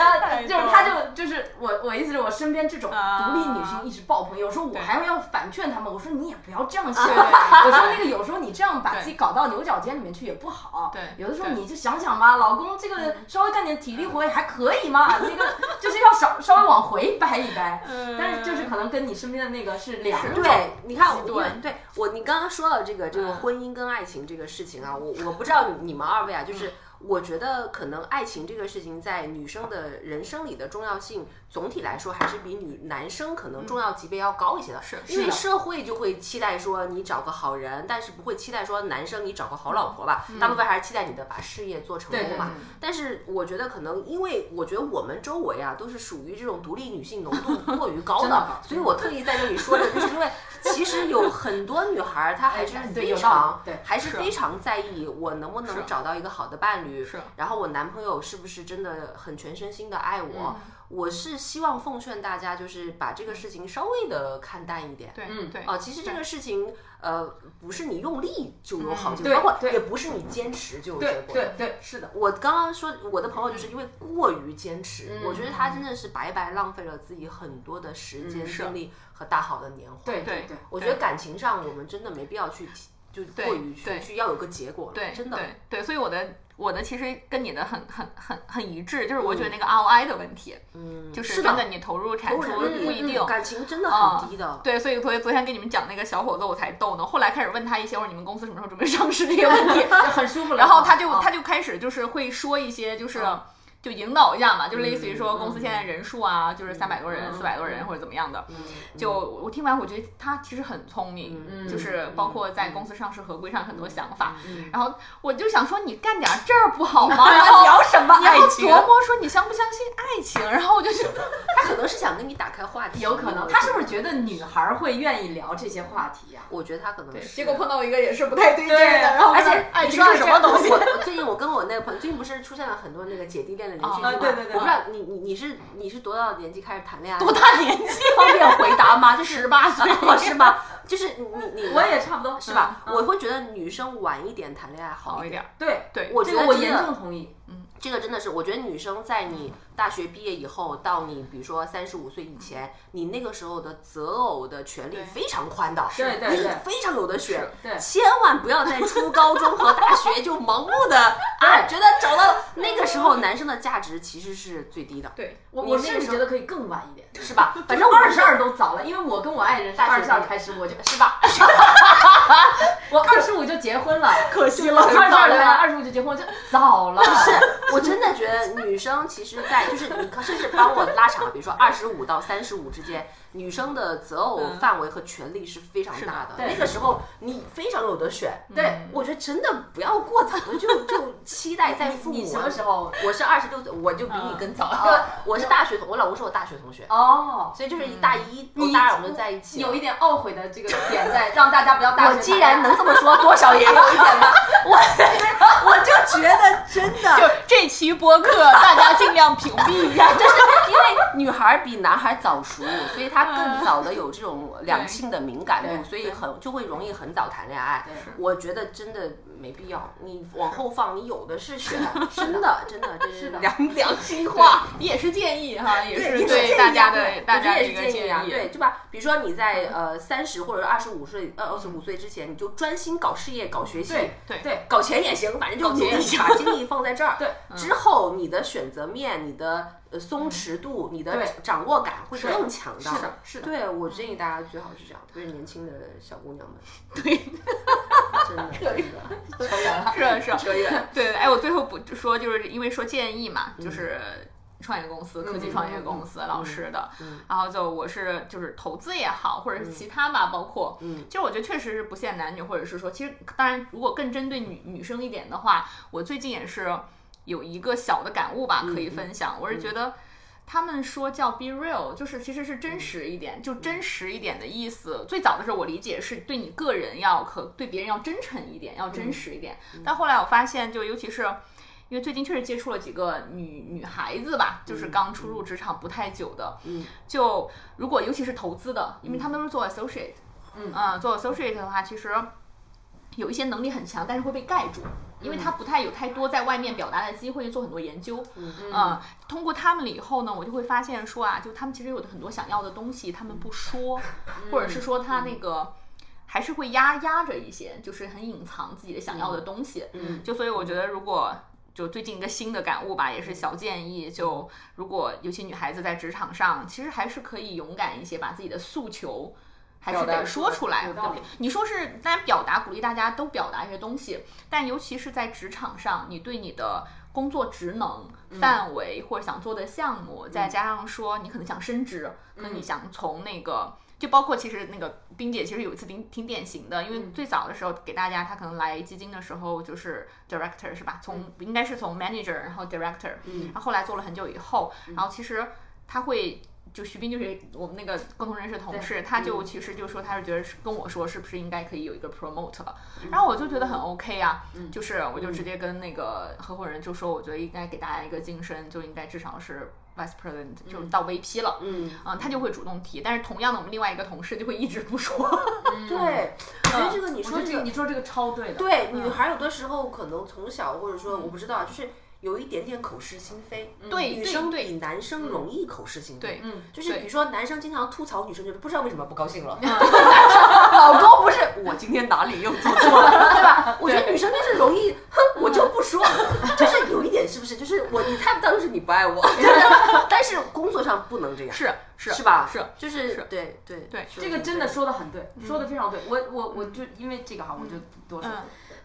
A: 呃，就是他就就是我，我意思是我身边这种独立女性一直爆棚，有时候我还要反劝他们，我说你也不要这样想，
B: 哎
A: 我说那个有时候你这样把自己搞到牛角尖里面去也不好，
C: 对
A: 有的时候
C: 对
A: 你就想想吧，老公这个稍微干点体力活也还可以嘛，那个就是要稍稍微往回掰一掰，
C: 嗯
A: 但是就是可能跟你身边的那个是两种，
B: 对，你看我，
C: 极
B: 因
C: 端嗯
B: 为对
C: 嗯
B: 我，你刚刚说到这个这个婚姻跟爱情这个事情啊，我我不知道你们二位啊，就是我觉得可能爱情这个事情在女生的人生里的重要性，总体来说还是比女男生可能重要级别要高一些的。
C: 嗯是
B: 因为社会就会期待说你找个好人，但是不会期待说男生你找个好老婆吧。
C: 嗯
B: 大部分还是期待你的把事业做成功嘛。但是我觉得可能因为我觉得我们周围啊都是属于这种独立女性浓度 过于高
A: 的
B: 的，所以我特意在这里说的就是因为其实有很多女孩儿她还 是
A: 哎对
B: 非
A: 有道
B: 常
A: 理对
B: 还是非常在意我能不能找到一个好的伴侣，
C: 是
B: 然后我男朋友是不是真的很全身心的爱我？
A: 嗯
B: 我是希望奉劝大家，就是把这个事情稍微的看淡一点。
C: 对，
A: 嗯
C: 对
B: 啊、其实这个事情，呃，不是你用力就有好结果，
A: 对
B: 包括
A: 嗯对
B: 也不是你坚持就有结
A: 对
B: 果。
A: 对对，是的，
B: 我刚刚说我的朋友就是因为过于坚持，
A: 嗯
B: 我觉得他真的是白白浪费了自己很多的时间、
A: 嗯是
B: 精力和大好的年华。
A: 对
C: 对
A: 对，
B: 我觉得感情上我们真的没必要去提就过于去
C: 对
B: 去要有个结果了，
C: 对，
B: 真的。
C: 对对，所以我的我的其实跟你的很很很很一致，就是我觉得那个 ROI 的问题，
B: 嗯，
C: 就是是
B: 的
C: 真的你投入产
B: 投
C: 出
B: 入产出
C: 不一定。
B: 嗯
C: 嗯
B: 感情真的很低的。
C: 对，所以昨天昨天跟你们讲那个小伙子，我才逗呢。后来开始问他一些，我说你们公司什么时候准备上市这些问 题，
A: 就很舒服了。
C: 然后他就
A: 啊
C: 他就开始就是会说一些就是。就引导一下嘛，就类似于说
B: 嗯
C: 公司现在人数啊，就是三百多人、
B: 嗯
C: 四百多人或者怎么样的。
B: 嗯
C: 就我听完，我觉得他其实很聪明，
B: 嗯
C: 就是包括在公司上市合规上很多想法。
A: 嗯
C: 然后我就想说，你干点这儿不 好吗？然后
A: 聊什么
C: 你要
A: 爱情？
C: 琢磨说你相不相信爱情。然后我就觉得，
B: 他可能是想跟你打开话题，
A: 有可能，
B: 我
A: 他是不是觉得女孩儿会愿意聊这些话题呀？
B: 我觉得他可能是。
C: 结果碰到一个也是不太对劲的。
A: 对
C: 然后
B: 而且
C: 说爱
B: 你
C: 情
B: 说
C: 是什么东西？
B: 我我最近我跟我那个朋友，最近不是出现了很多那个姐弟恋的连续剧
C: 啊
B: 嘛？
A: 对对对
B: 我不知道你你你是你是多大年纪开始谈恋爱？
C: 多大年纪？
B: 方便回答吗？就是
C: 十 八岁
B: 哦，是吗？就是你你你
A: 我也差不多，
B: 是吧？
A: 嗯
B: 我会觉得女生晚一点谈恋爱好
C: 好
B: 一
C: 一
B: 点。
C: 点。
A: 对
C: 对
B: 我觉
A: 这
B: 得
A: 个我
B: 真的
A: 严重同意。
B: 这个真的是，我觉得女生在你大学毕业以后，到你比如说三十五岁以
A: 嗯
B: 前，你那个时候的择偶的权利
C: 对
B: 非常宽的，
A: 对对
B: 你
A: 对
B: 非常有的选。
A: 对
B: 千万不要在初高中和大学就盲目的啊，觉得找到那个时候男生的价值其实是最低的，
C: 对，
A: 我
B: 你
A: 我
B: 那
A: 甚
B: 个
A: 至
B: 时
A: 觉得可以更晚一点，
B: 是吧？反正
A: 二
B: 我
A: 十
B: 是
A: 二都早了，因为我跟我爱人是
B: 大学
A: 二十二
B: 毕业
A: 开始，我就是 吧？我二十五就结婚了，
B: 可惜
A: 我 二十二了，二十五就结婚，就早了。
B: 是， 我真的觉得女生其实在，就是你可甚至帮我拉长，比如说二十五到三十五之间，女生的择偶范围和权利是非常大的。嗯
A: 是的对
B: 那个时候你非常有得选。
A: 对，
B: 我觉得真的不要过早的就 就期待在父母。啊
A: 你什么时？ 候？
B: 我是二十六岁，我就比你更早。我是大学同，我老公是我大学同学，
A: 哦，
B: 所以就是大一、哦
A: 你
B: 大二我们就在一起了。哦
A: 有一点懊悔的这个点在，让大家不要大
B: 我
A: 学。
B: 既然能这么说，多少也有一点吧。我我就 觉得真的
C: 就这期播客，大家尽量屏蔽一下。
B: 就是因为女孩儿比男孩儿早熟，所以她更早的有这种两性的敏感度，
A: 嗯对
B: 所以很就会容易很早谈恋爱
A: 对是。
B: 我觉得真的没必要，你往后放，你有的是 选，真的真的这是
A: 是的
B: 良良心话。
C: 哇，也是建议哈，也是
B: 也是建议
C: 对
B: 啊
C: 大家
B: 对
C: 的大家
B: 我觉得
C: 的
B: 也
C: 一
B: 是
C: 个
B: 建议啊，
C: 议。
B: 对，对吧？比如说你在呃三十或者二十五岁呃二十五岁之前，你就专心搞事业、搞学习，
A: 对
C: 对
A: 对
B: 搞钱也行，反正就
C: 搞
B: 努
C: 钱
B: 力
C: 也行
B: 把精力放在这儿。
A: 对，
B: 之后你的选择面、你的呃松弛度、你的
A: 对
B: 掌握感会
A: 是
B: 更强
A: 是的，是的，
B: 对我建议大家最好是这样，特别是年轻的小姑娘们，
C: 对，
B: 真的真的扯远了，
C: 是啊是啊，
B: 扯远了。嗯
C: 对，哎，我最后补说，就是因为说建议嘛，就是创业公司、科技创业公司、老师的，
B: 嗯
C: 然后就我是就是投资也好，或者是其他吧，包括，
B: 嗯
C: 其实我觉得确实是不限男女，或者是说，其实当然如果更针对女女生一点的话，我最近也是有一个小的感悟吧，
B: 嗯
C: 可以分享，我是觉得。他们说叫 be real，就是其实是真实一点，就真实一点的意思。最早的时候我理解是对你个人要可对别人要真诚一点，要真实一点。但后来我发现，就尤其是因为最近确实接触了几个女女孩子吧，就是刚初入职场不太久的，
B: 嗯
C: 就如果尤其是投资的，因为他们都是做 associate，
A: 嗯
C: 呃做 associate 的话，其实有一些能力很强，但是会被盖住。因为他不太有太多在外面表达的机会，去做很多研究。嗯、通过他们了以后呢，我就会发现说啊，就他们其实有很多想要的东西，他们
B: 嗯
C: 不说，或者是说他那个还是会压压着一些，就是很隐藏自己的想要的东西。
B: 嗯
C: 就所以我觉得，如果就最近一个新的感悟吧，
B: 嗯
C: 也是小建议，就如果尤其女孩子在职场上，其实还是可以勇敢一些，把自己的诉求。还是
B: 表
C: 得
B: 达
C: 说出来。
A: 有道理
C: 对你说是，大家表达鼓励大家都表达一些东西，但尤其是在职场上，你对你的工作职能、
A: 嗯
C: 范围或者想做的项目，再加上说你可能想升职，
A: 嗯
C: 可能你想从那个。就包括其实那个冰姐，其实有一次挺挺典型的，因
A: 嗯
C: 为最早的时候给大家，她可能来基金的时候就是 director 是吧？
A: 嗯
C: 从应该是从 manager，然后 director，然后后来做了很久以后，
A: 嗯
C: 然后其实他会就徐斌就是我们那个共同认识的同事，他就其实就说他是觉得是跟我说是不是应该可以有一个 promote，了然后我就觉得很 OK 啊，就是我就直接跟那个合伙人就说，我觉得应该给大家一个晋升，就应该至少是 vice president，就到 VP 了，嗯他就会主动提，但是同样的我们另外一个同事就会一直不说，
B: 对，我觉得这个你
A: 嗯我觉
B: 说
A: 得
B: 这
A: 这个
B: 个
A: 你说这个超对的，
B: 对，
C: 嗯
B: 女孩有的时候可能从小，或者说我不知道，就是有一点点口是心非。
C: 嗯对
B: 女生
C: 对嗯
B: 比男生容易口是心非。
C: 对嗯
B: 就是
C: 对嗯
B: 比如说男生经常吐槽女生，就是不知道为什么不高兴了。 老公不是我今天哪里又做错了，对吧？我觉得女生就是容易，哼，我就不说，就是有一点是不是？就是我你看不到，就是你不爱 我。但是工作上不能这样，
C: 是是
B: 是吧？
C: 是
B: 就是对对
C: 对
A: 这个真的说的很对，嗯说的非常对。我我我就因为这个哈，我就
C: 嗯
A: 多说。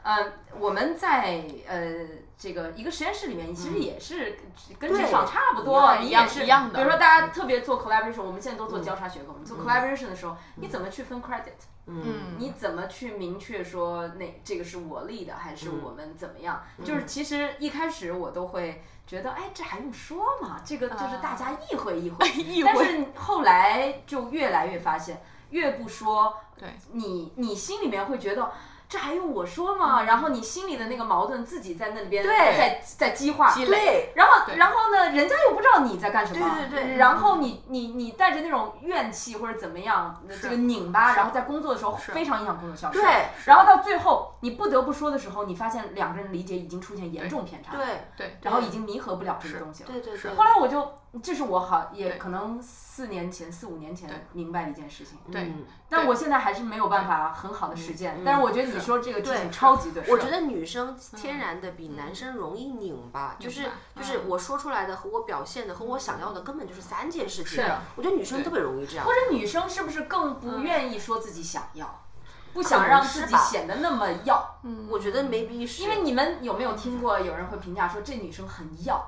A: 呃，我们在呃这个一个实验室里面，其实也是跟职场差不多，
C: 对
A: 你
C: 嗯一样
A: 也是
C: 一样的嗯
A: 比如说大家特别做 collaboration，我们现在都做交叉学科，我们做 collaboration 的时候，你怎么去分 credit？
C: 嗯，
A: 你怎么去明确说那这个是我立的，还是
C: 嗯
A: 我们怎么样？就是其实一开始我都会觉得，哎，这还用说吗？这个
C: 呃
A: 就是大家意会意 会。
C: 议
A: 但
C: 会
A: 是后来就越来越发现，越不说，
C: 对
A: 你你心里面会觉得。这还用我说吗？然后你心里的那个矛盾自己在那边在在激化，
C: 积累
B: 对
A: 然后
C: 对
A: 然后呢，人家又不知道你在干什么，
B: 对对对
A: 然后你你你带着那种怨气或者怎么样，这个拧巴，然后在工作的时候非常影响工作效率。
B: 对是
A: 然后到最后你不得不说的时候，你发现两个人理解已经出现严重偏差，
B: 对
C: 对，
A: 然后已经弥合不了这个东西了。
B: 对对对。
A: 后来我就，这是我好也
C: 对
A: 可能四年前、四五年前明白的一件事情，
C: 对
B: 嗯
A: 但我现在还是没有办法很好的实践。但是我觉得你说这个事情
B: 对
A: 超级对，
B: 我
A: 是
B: 觉得女生天然的比男生容易拧巴，就是就是我说出来的和我表现的和我想要的根本就是三件事情。
C: 是啊
B: 我觉得女生特别容易这样
A: 或。者女生是不是更不愿意说自己想要，
B: 嗯
A: 不想让自
B: 是
A: 己
B: 吧
A: 显得那么要？
C: 嗯
B: 我觉得 maybe 是
A: 因为你们有没有听过有人会评价说这女生很要，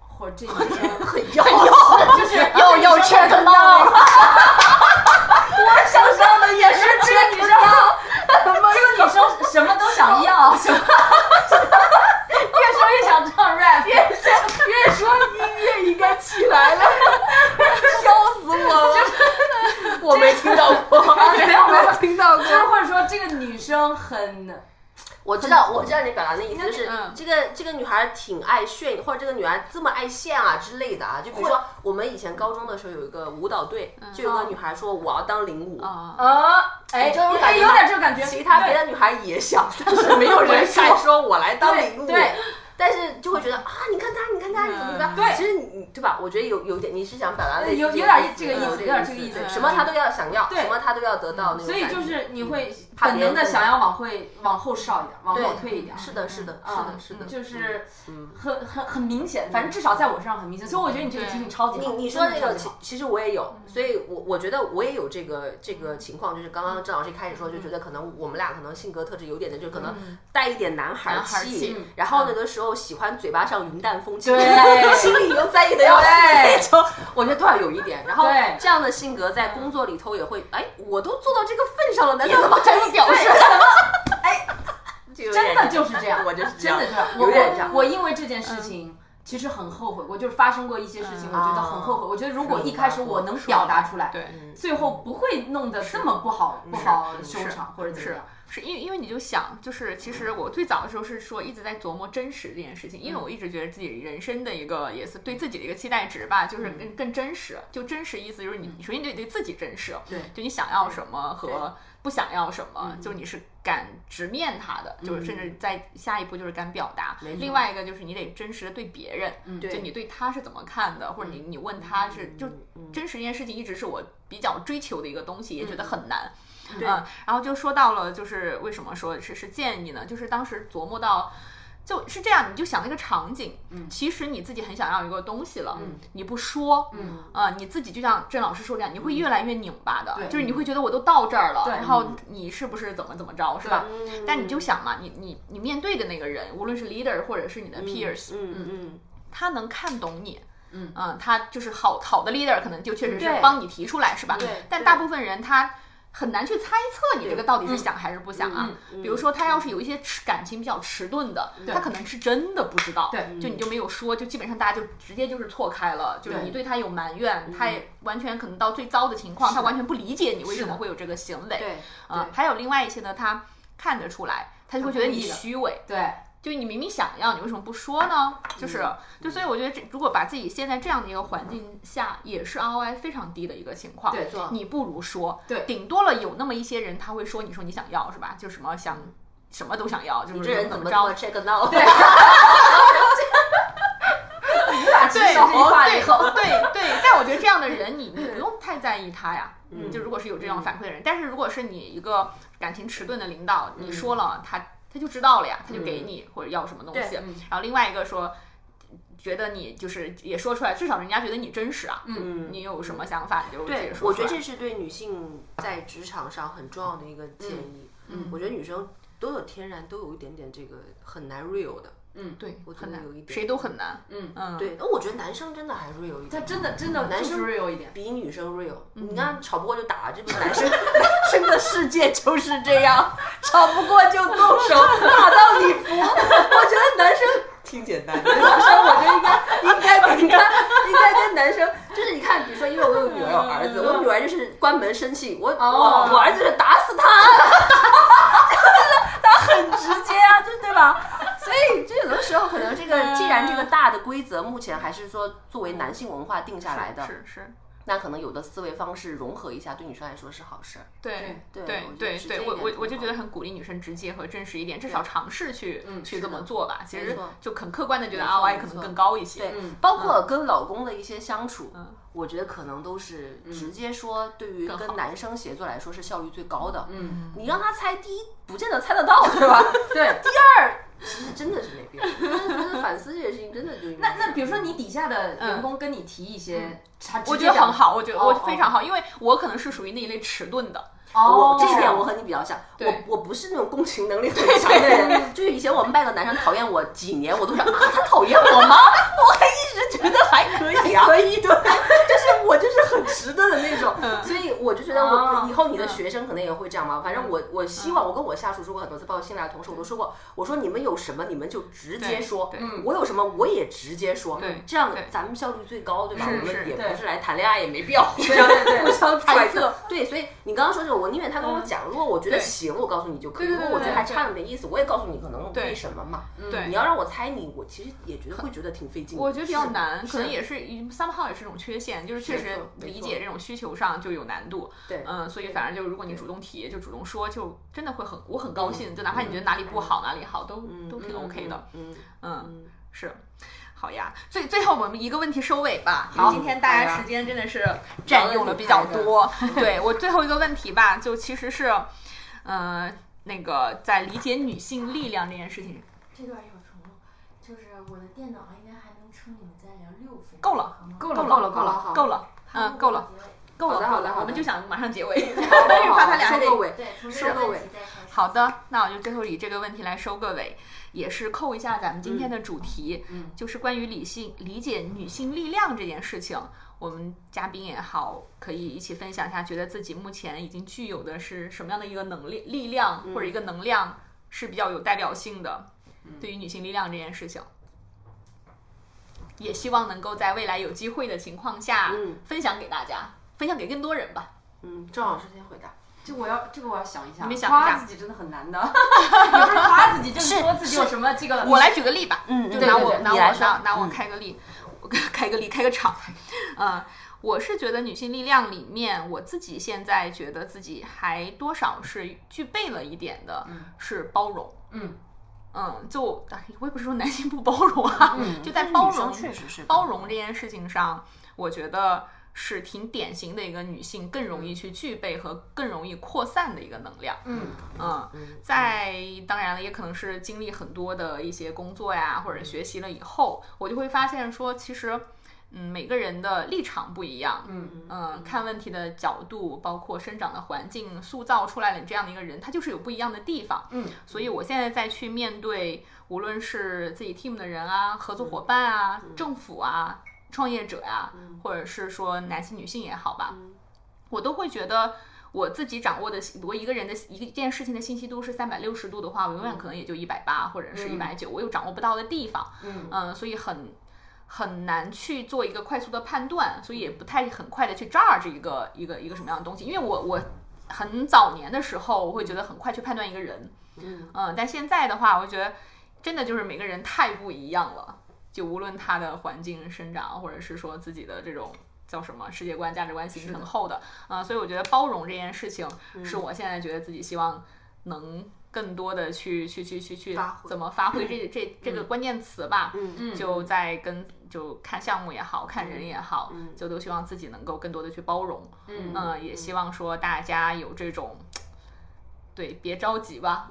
A: 或者这女生
B: 呃 很要
A: 就是
B: 哦
A: 又又 check 到，
B: 我想要的也是
A: 这个女生 这个女生什么都想 要， 什么越说越想唱 rap，越
B: 越说音乐应该起来了，笑死我了！我没听到过，我 没听到过
A: 就是或者说这个女生很
B: 我知道，我知道你表达的意思就是
C: 嗯，
B: 这个这个女孩挺爱炫，或者这个女孩这么爱炫啊之类的啊。就比如说，我们以前高中的时候有一个舞蹈队，就有个女孩说我要当领舞，
C: 啊。
A: 呃，哎，
B: 这种
A: 哎
B: 感觉
A: 有点这个感觉，
B: 其他别
A: 对
B: 的女孩也想，但是没有人敢说我来当领舞。
A: 对对
B: 但是就会觉得啊，你看她，你看她，你
C: 嗯
B: 你吧，
A: 对
B: 其实你对吧？我觉得有有一点，你是想表达的
A: 有
B: 这个
A: 有点这个
B: 意
A: 意思
B: 思，
A: 有点这个意思
B: 对
A: 嗯
B: 什么她都要想要，
A: 对
B: 什么她都要得到那种
A: 所以
B: 感觉嗯
A: 就是你会
B: 怕
A: 本
B: 别人
A: 能的
B: 不
A: 想要往会往后稍一点，往后
B: 对
A: 退一点，
B: 是的，是的，是
A: 啊
B: 的，是的，嗯
A: 就是很很很明显，反正至少在我身上很明显，所以我觉得你这个提醒超级
B: 你
A: 好。
B: 你说这
A: 真的
B: 个，
A: 超级
B: 其
A: 好
B: 其实我也
A: 嗯
B: 有，嗯所以我我觉得我也有这个这个情况，就是刚刚郑老师一开始说，就觉得可能我们俩可能性格特质有点的，就可能
A: 嗯
B: 带一点男孩
C: 男孩
B: 气
C: 气，
B: 然后有的时候喜欢嘴巴上云淡风轻，
A: 对
B: 心里又在意的要死
A: 对
B: 那种，我觉得多少有一点。然后
A: 对
B: 这样的性格在工作里头也会，哎，我都做到这个份上了，难道我
C: 这么表示，
B: 就 有
A: 真
B: 点
A: 的就是这样，
B: 我就是这
A: 真
B: 样
A: 的就是
B: 有点这
A: 我
B: 样
A: 我我因为这件事情。其实很后悔，我就是发生过一些事情，我觉得很后悔。我觉得如果一开始我能表达出来，
C: 对，
B: 嗯
A: 最后不会弄得这么不好，不好收
C: 是
A: 场或者怎么
C: 是
A: 样。
C: 是因为因为你就想，就是其实我最早的时候是说一直在琢磨真实这件事情，因为我一直觉得自己人生的一个也是对自己的一个期待值吧，就是更更真实。就真实意思就是你首先你得对自己真实，
A: 对
C: 就你想要什么和不想要什么，就你是敢直面它的，就是甚至在下一步就是敢表达。另外一个就是你得真实的对别人，就你对他是怎么看的，或者你你问他是就真实这件事情一直是我比较追求的一个东西，也觉得很难。哦嗯，然后就说到了，就是为什么说是是建议呢？就是当时琢磨到，就是这样，你就想那个场景，嗯，其实你自己很想要一个东西了，嗯，你不说，嗯啊、你自己就像郑老师说这样，你会越来越拧巴的，就是你会觉得我都到这儿了，然后你是不是怎么怎么着，是吧？但你就想嘛，你你你面对的那个人，无论是 leader 或者是你的 peers，、
B: 嗯嗯，
C: 他能看懂你。嗯他就是好好的 leader，可能就确实是帮你提出来，是吧？
B: 对
C: 但
B: 对
C: 大部分人他很难去猜测你这个到底是想还是不想啊。比如说，他要是有一些迟感情比较迟钝的，他可能是真的不知道，
A: 对
C: 就你就没有说，就基本上大家就直接就是错开了，就是你对他有埋怨，他也完全可能到最糟的情况，他完全不理解你为什么会有这个行为。
B: 对，
C: 啊，还有另外一些呢，他看得出来，他就会觉得
A: 故意
C: 你
A: 的
C: 虚伪，
A: 对，
C: 就你明明想要，你为什么不说呢？
B: 嗯
C: 就是，就所以我觉得这，如果把自己陷在这样的一个环境下，也是 ROI 非常低的一个情况。
A: 对
B: 错
C: 你不如说，
A: 对
C: 顶多了有那么一些人他会说，你说你想要是吧？就什么想什么都想要，就是
B: 你这人
C: 怎
B: 怎么这
C: 着
B: 么 check now？
A: 你把这
C: 对哦
A: 句话
C: 对
A: 以后，
C: 对对，但我觉得这样的人你，
B: 嗯
C: 你不用太在意他呀。就如果是有这种反馈的人，但是如果是你一个感情迟钝的领导，
B: 嗯
C: 你说了他他就知道了呀，他就给你或者要什么东西。
B: 嗯
C: 然后另外一个说，觉得你就是也说出来，至少人家觉得你真实啊。嗯，你有什么想法你就直接
B: 对，
C: 说
B: 我觉得
C: 出来
B: 这是对女性在职场上很重要的一个建议。嗯，我觉得女生都有天然都有一点点这个很难 real 的。
C: 对
B: 我觉
C: 很
B: 得
C: 难
B: 有一，点
C: 谁都很难。嗯嗯，
B: 对，那我觉得男生真的还 real 一点。
A: 他真的真的
B: 男生
A: 就是 real 一点，
B: 比女生 real。你看吵不过就打，这不男生 男生的世界就是这样，吵不过就动手，打到你服。我觉得男生挺简 单的，男生我觉得应该应该应该应该跟男生，就是你看，比如说，因为我有女儿有儿子，我女儿就是关门生气，我我我儿子就是打死他，就是他很直接啊，就对吧？所以，就有的时候可哎能这个，既然这个大的规则目前还是说作为男性文化定下来的，
C: 是是，
B: 那可能有的思维方式融合一下，对女生来说是好事儿。
C: 对
B: 对
C: 对
B: 我觉得
C: 对
B: 直
C: 对，
B: 接一
C: 我
B: 点
C: 我
B: 挺
C: 我就
B: 好
C: 觉得很鼓励女生直接和真实一点，至少尝试去去
B: 嗯是
C: 这
B: 的
C: 么做吧。其
B: 没
C: 实
B: 错
C: 就很客观的觉得
B: 没错
C: ROI
B: 没
C: 可能
B: 错
C: 更高一些。
B: 对，
A: 嗯
B: 包括跟老公的一些相处，我觉得可能都是
A: 嗯
B: 直接说，对于
C: 更好
B: 跟男生协作来说是效率最高的。
A: 嗯，
B: 你让他猜，第一不见得猜得到，对吧？
A: 对。
B: 第二，其实真的是 没必要，真的反思这件事情真的就应
A: 那
B: 该
A: 那比如说你底下的
B: 嗯
A: 员工跟你提一些，他直
C: 我觉
A: 接
C: 得
A: 讲
C: 很，好，我觉得我
A: 哦
C: 非常好，因为我可能是属于那一类迟钝的，
A: 哦
B: 我，这一点我和你比较像，我
C: 对
B: 我不是那种共情能力很强的人，就是以前我们班有个男生讨厌我几年，我都想啊，他讨厌我吗？ 我还一直觉得还可以啊，可 以对，就是我就是很迟钝的那种，所以我就觉得我
A: 哦
B: 以后你的学生可能也会这样嘛，反正我我希望我跟我下属说过很多次，包括新来的同事我都说过，我说你们有什么你们就直接说
C: 对，
B: 我有什么我也直接说
C: 对，
B: 这样
C: 对
B: 咱们效率最高对吧？
C: 是
B: 我们
C: 是
B: 也
A: 对
B: 不是来谈恋爱，也没必要互
A: 对
B: 相
A: 对对
B: 互相揣
C: 揣
B: 测。对，所以你刚刚说这个，我宁愿他跟我讲，如果我觉得行，我告诉你就可以；
C: 嗯对
B: 如
C: 对
B: 果
C: 对
B: 我觉得
C: 对
B: 还差了点意思，我也告诉你可能
C: 对
B: 为什么嘛。嗯
C: 对
B: 你要让我猜你，我其实也觉得会觉得挺费劲的。
C: 我觉得比较
B: 是
C: 难，可能
B: 是
C: 也是嗯 somehow 也是一种缺陷，就是确
B: 没
C: 实
B: 错没
C: 理
B: 错
C: 解这种需求上就有难度。
B: 对
C: 嗯，所以反正就如果你主动提，就主动说，就真的会很我很高兴，就哪怕你觉得哪里不好，哪里好，都都挺 OK 的。
B: 嗯，
C: 嗯，是。好呀，最最后我们一个问题收尾吧，因为今天大家时间真的是占用了比较多。对我最后一个问题吧，就其实是，嗯、那个在理解女性力量这件事情
D: 这段有重录，就是我的电脑啊应该还能撑你们再聊六分钟，
C: 够了
D: 好吗
A: 够了
C: 够
A: 了够
B: 好好
A: 了，
B: 好
C: 够了，嗯，够了，
D: 结尾
C: 够
B: 好的
C: 了，
B: 好
C: 够
B: 的
C: 了
B: 好，的
C: 我们就想马上结尾。
B: 但
C: 怕他俩还
B: 收
C: 得
B: 个尾。
D: 对，从
B: 收
D: 这
B: 个
D: 个
B: 尾
D: 问题再开始。
C: 好的，那我就最后以这个问题来收个尾，也是扣一下咱们今天的主题，
A: 嗯嗯
C: 就是关于理性理解女性力量这件事情。我们嘉宾也好，可以一起分享一下，觉得自己目前已经具有的是什么样的一个能力、力量
A: 嗯
C: 或者一个能量是比较有代表性的，对于女性力量这件事情。也希望能够在未来有机会的情况下，
B: 嗯
C: 分享给大家，分享给更多人吧。
B: 嗯，郑老师先回答。
A: 这我要这个我要想一下，
C: 你们想一
A: 夸
C: 下
A: 自己真的很难的， 你不是夸自己，就是说自己有什么这个，
C: 我来举个例吧，
B: 嗯
C: 就
B: 对
C: 拿
B: 对
C: 我
B: 对
C: 拿
B: 你
C: 我
B: 来说嗯
C: 拿拿我开个例，我开个例开个场，嗯，我是觉得女性力量里面，我自己现在觉得自己还多少是具备了一点的，是包容，
A: 嗯
C: 嗯，就哎我也不是说男
B: 嗯
C: 性不包容啊，就在包容
B: 确实是
C: 包容这件事情上，我觉得是挺典型的一个女性更容易去具备和更容易扩散的一个能量。
B: 嗯
C: 嗯，
B: 嗯，
C: 在当然了，也可能是经历很多的一些工作呀，
A: 嗯
C: 或者学习了以后，我就会发现说，其实，嗯，每个人的立场不一样，
A: 嗯
C: 嗯，看问题的角度，包括生长的环境，塑造出来了你这样的一个人，他就是有不一样的地方。
A: 嗯，
C: 所以我现在再去面对，无论是自己 team 的人
A: 嗯
C: 啊、合作伙伴啊、政府啊、创业者呀、
A: 嗯
C: 或者是说男性、女性也好吧，我都会觉得。我自己掌握的信，我一个人的一件事情的信息度是三百六十度的话，我永远可能也就一百八或者是一百九，我有掌握不到的地方。
A: 嗯
C: 嗯，所以很很难去做一个快速的判断，所以也不太很快的去 judge 一个一个一个什么样的东西。因为我我很早年的时候，我会觉得很快去判断一个人，嗯但现在的话，我觉得真的就是每个人太不一样了，就无论他的环境生长，或者是说自己的这种。叫什么世界观、价值观形成后的啊、所以我觉得包容这件事情是我现在觉得自己希望能更多的去去去去去
B: 发挥
C: 怎么发挥这这这个关键词吧，
B: 嗯嗯
C: 就在跟就看项目也好看人也好，
B: 嗯
C: 就都希望自己能够更多的去包容，
A: 嗯
C: 呃也希望说大家有这种，对，别着急吧，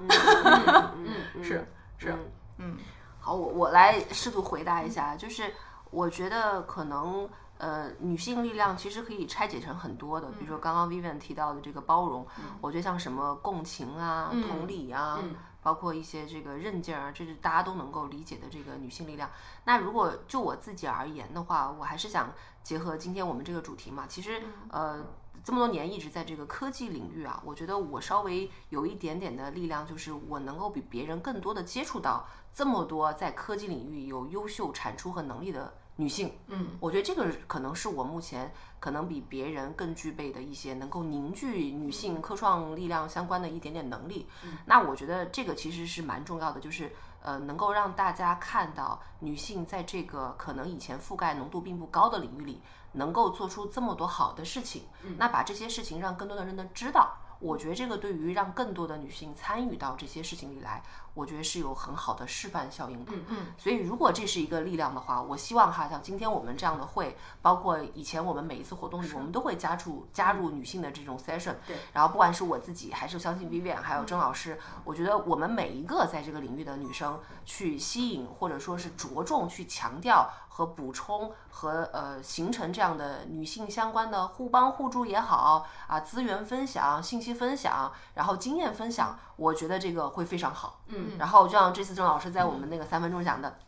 B: 嗯
C: 是是，嗯，
B: 好，我我来试图回答一下，就是我觉得可能呃，女性力量其实可以拆解成很多的，比如说刚刚 Vivian 提到的这个包容，我觉得像什么共情啊、同理啊。包括一些这个韧劲儿啊，这是大家都能够理解的这个女性力量。那如果就我自己而言的话，我还是想结合今天我们这个主题嘛，其实呃这么多年一直在这个科技领域啊，我觉得我稍微有一点点的力量，就是我能够比别人更多的接触到这么多在科技领域有优秀产出和能力的女性。嗯，我觉得这个可能是我目前可能比别人更具备的一些能够凝聚女性科创力量相关的一点点能力。那我觉得这个其实是蛮重要的，就是呃，能够让大家看到女性在这个可能以前覆盖浓度并不高的领域里，能够做出这么多好的事情。那把这些事情让更多的人能知道，我觉得这个对于让更多的女性参与到这些事情里来，我觉得是有很好的示范效应的。嗯，所以如果这是一个力量的话，我希望哈，像今天我们这样的会，包括以前我们每一次活动里，我们都会加入加入女性的这种 session。
A: 对，
B: 然后不管是我自己，还是相信 Vivian，还有郑老师，我觉得我们每一个在这个领域的女生去吸引，或者说是着重去强调和补充和呃形成这样的女性相关的互帮互助也好啊，资源分享、信息分享，然后经验分享，我觉得这个会非常好。嗯，然后就像这次郑老师在我们那个三分钟讲的，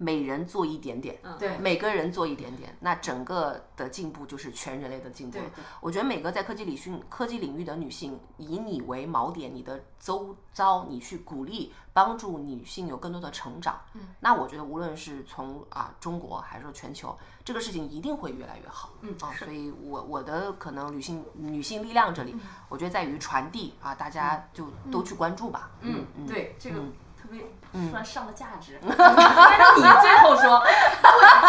B: 每人做一点点，
C: 嗯
A: 对
B: 每个人做一点点，那整个的进步就是全人类的进步了。
A: 对对
B: 我觉得每个在科技理训科技领域的女性，以你为锚点，你的周遭，你去鼓励帮助女性有更多的成长。嗯，那我觉得无论是从啊中国还是说全球，这个事情一定会越来越好。嗯啊，所以我我的可能女性女性力量这里，我觉得在于传递啊，大家就都去关注吧。嗯嗯，
A: 对，这个特别突然上了价值。
B: 那你
A: 最后说，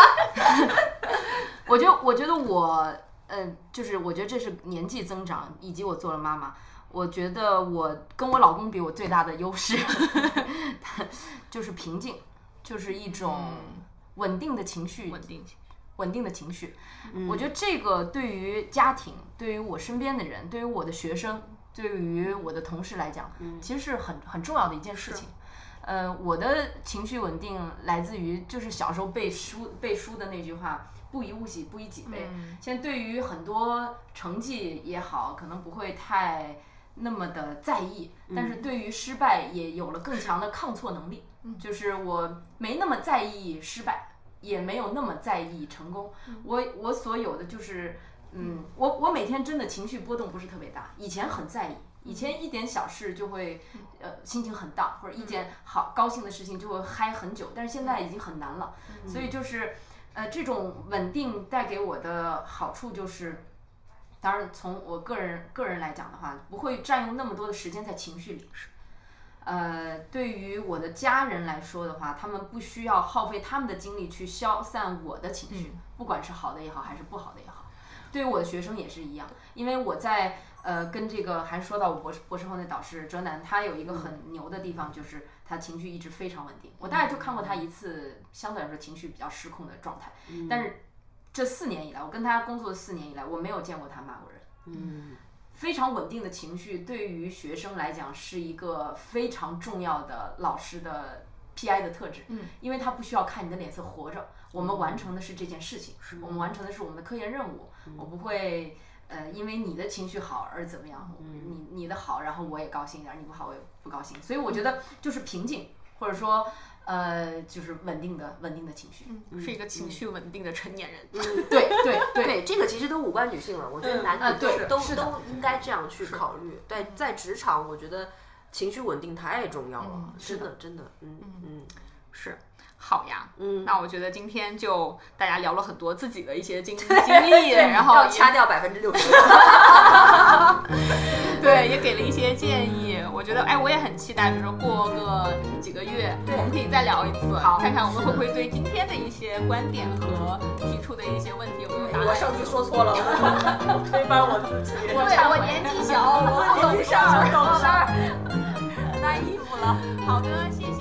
A: 我觉得，我觉得我，呃，就是我觉得这是年纪增长，以及我做了妈妈，我觉得我跟我老公比，我最大的优势 就是平静，就是一种稳定的情绪，
C: 稳定性，
A: 稳定的情绪。我觉得这个对于家庭、对于我身边的人、对于我的学生、对于我的同事来讲，其实是很很重要的一件事情。呃，我的情绪稳定来自于就是小时候背书背书的那句话“不以物喜，不以己悲”现在对于很多成绩也好，可能不会太那么的在意，但是对于失败也有了更强的抗挫能力。就是我没那么在意失败，也没有那么在意成功。我我所有的就是，嗯，我我每天真的情绪波动不是特别大，以前很在意。以前一点小事就会，呃，心情很荡，或者一件好高兴的事情就会嗨很久，但是现在已经很难了，所以就是，呃，这种稳定带给我的好处就是，当然从我个人个人来讲的话，不会占用那么多的时间在情绪里，呃，对于我的家人来说的话，他们不需要耗费他们的精力去消散我的情绪，不管是好的也好，还是不好的也好。对于我的学生也是一样，因为我在呃跟这个还说到我博士博士后那导师哲南，他有一个很牛的地方，就是他情绪一直非常稳定。我大概就看过他一次相对来说情绪比较失控的状态，但是这四年以来，我跟他工作四年以来，我没有见过他骂过人。
B: 嗯，
A: 非常稳定的情绪，对于学生来讲是一个非常重要的老师的 PI 的特质。
C: 嗯，
A: 因为他不需要看你的脸色活着，我们完成的是这件事情，我们完成的是我嗯们的科研任务。我不会呃，因为你的情绪好而怎么样，你你的好，然后我也高兴一点，你不好我也不高兴。所以我觉得就是平静，或者说呃，就是稳定的稳定的情绪。
B: 嗯
C: 是一个情绪稳定的成年人。
A: 对对对，
B: 对，这个其实都无关女性了，我觉得男
A: 啊
B: 女都、
A: 对
B: 都
A: 是的
B: 都应该这样去考虑。对，在职场，我觉得情绪稳定太重要了，
A: 是
B: 真
A: 的
B: 的真的，嗯嗯
C: 是，好呀。
B: 嗯。
C: 那我觉得今天就大家聊了很多自己的一些经经 历，然后
B: 要
C: 也
B: 掐掉百分之六 十。
C: 对，也给了一些建议。我觉得，哎，我也很期待，比如说过个几个月，
B: 对
C: 我们可以再聊一次，
A: 好
C: 看看我们
A: 是
C: 会
A: 的
C: 不会对今天的一些观点和提出的一些问题有没有答案。
B: 嗯我上次说 错了，我推翻我自己，
C: 对，我年 纪小，我不懂事儿，懂事儿，拿衣服了。好的，谢谢。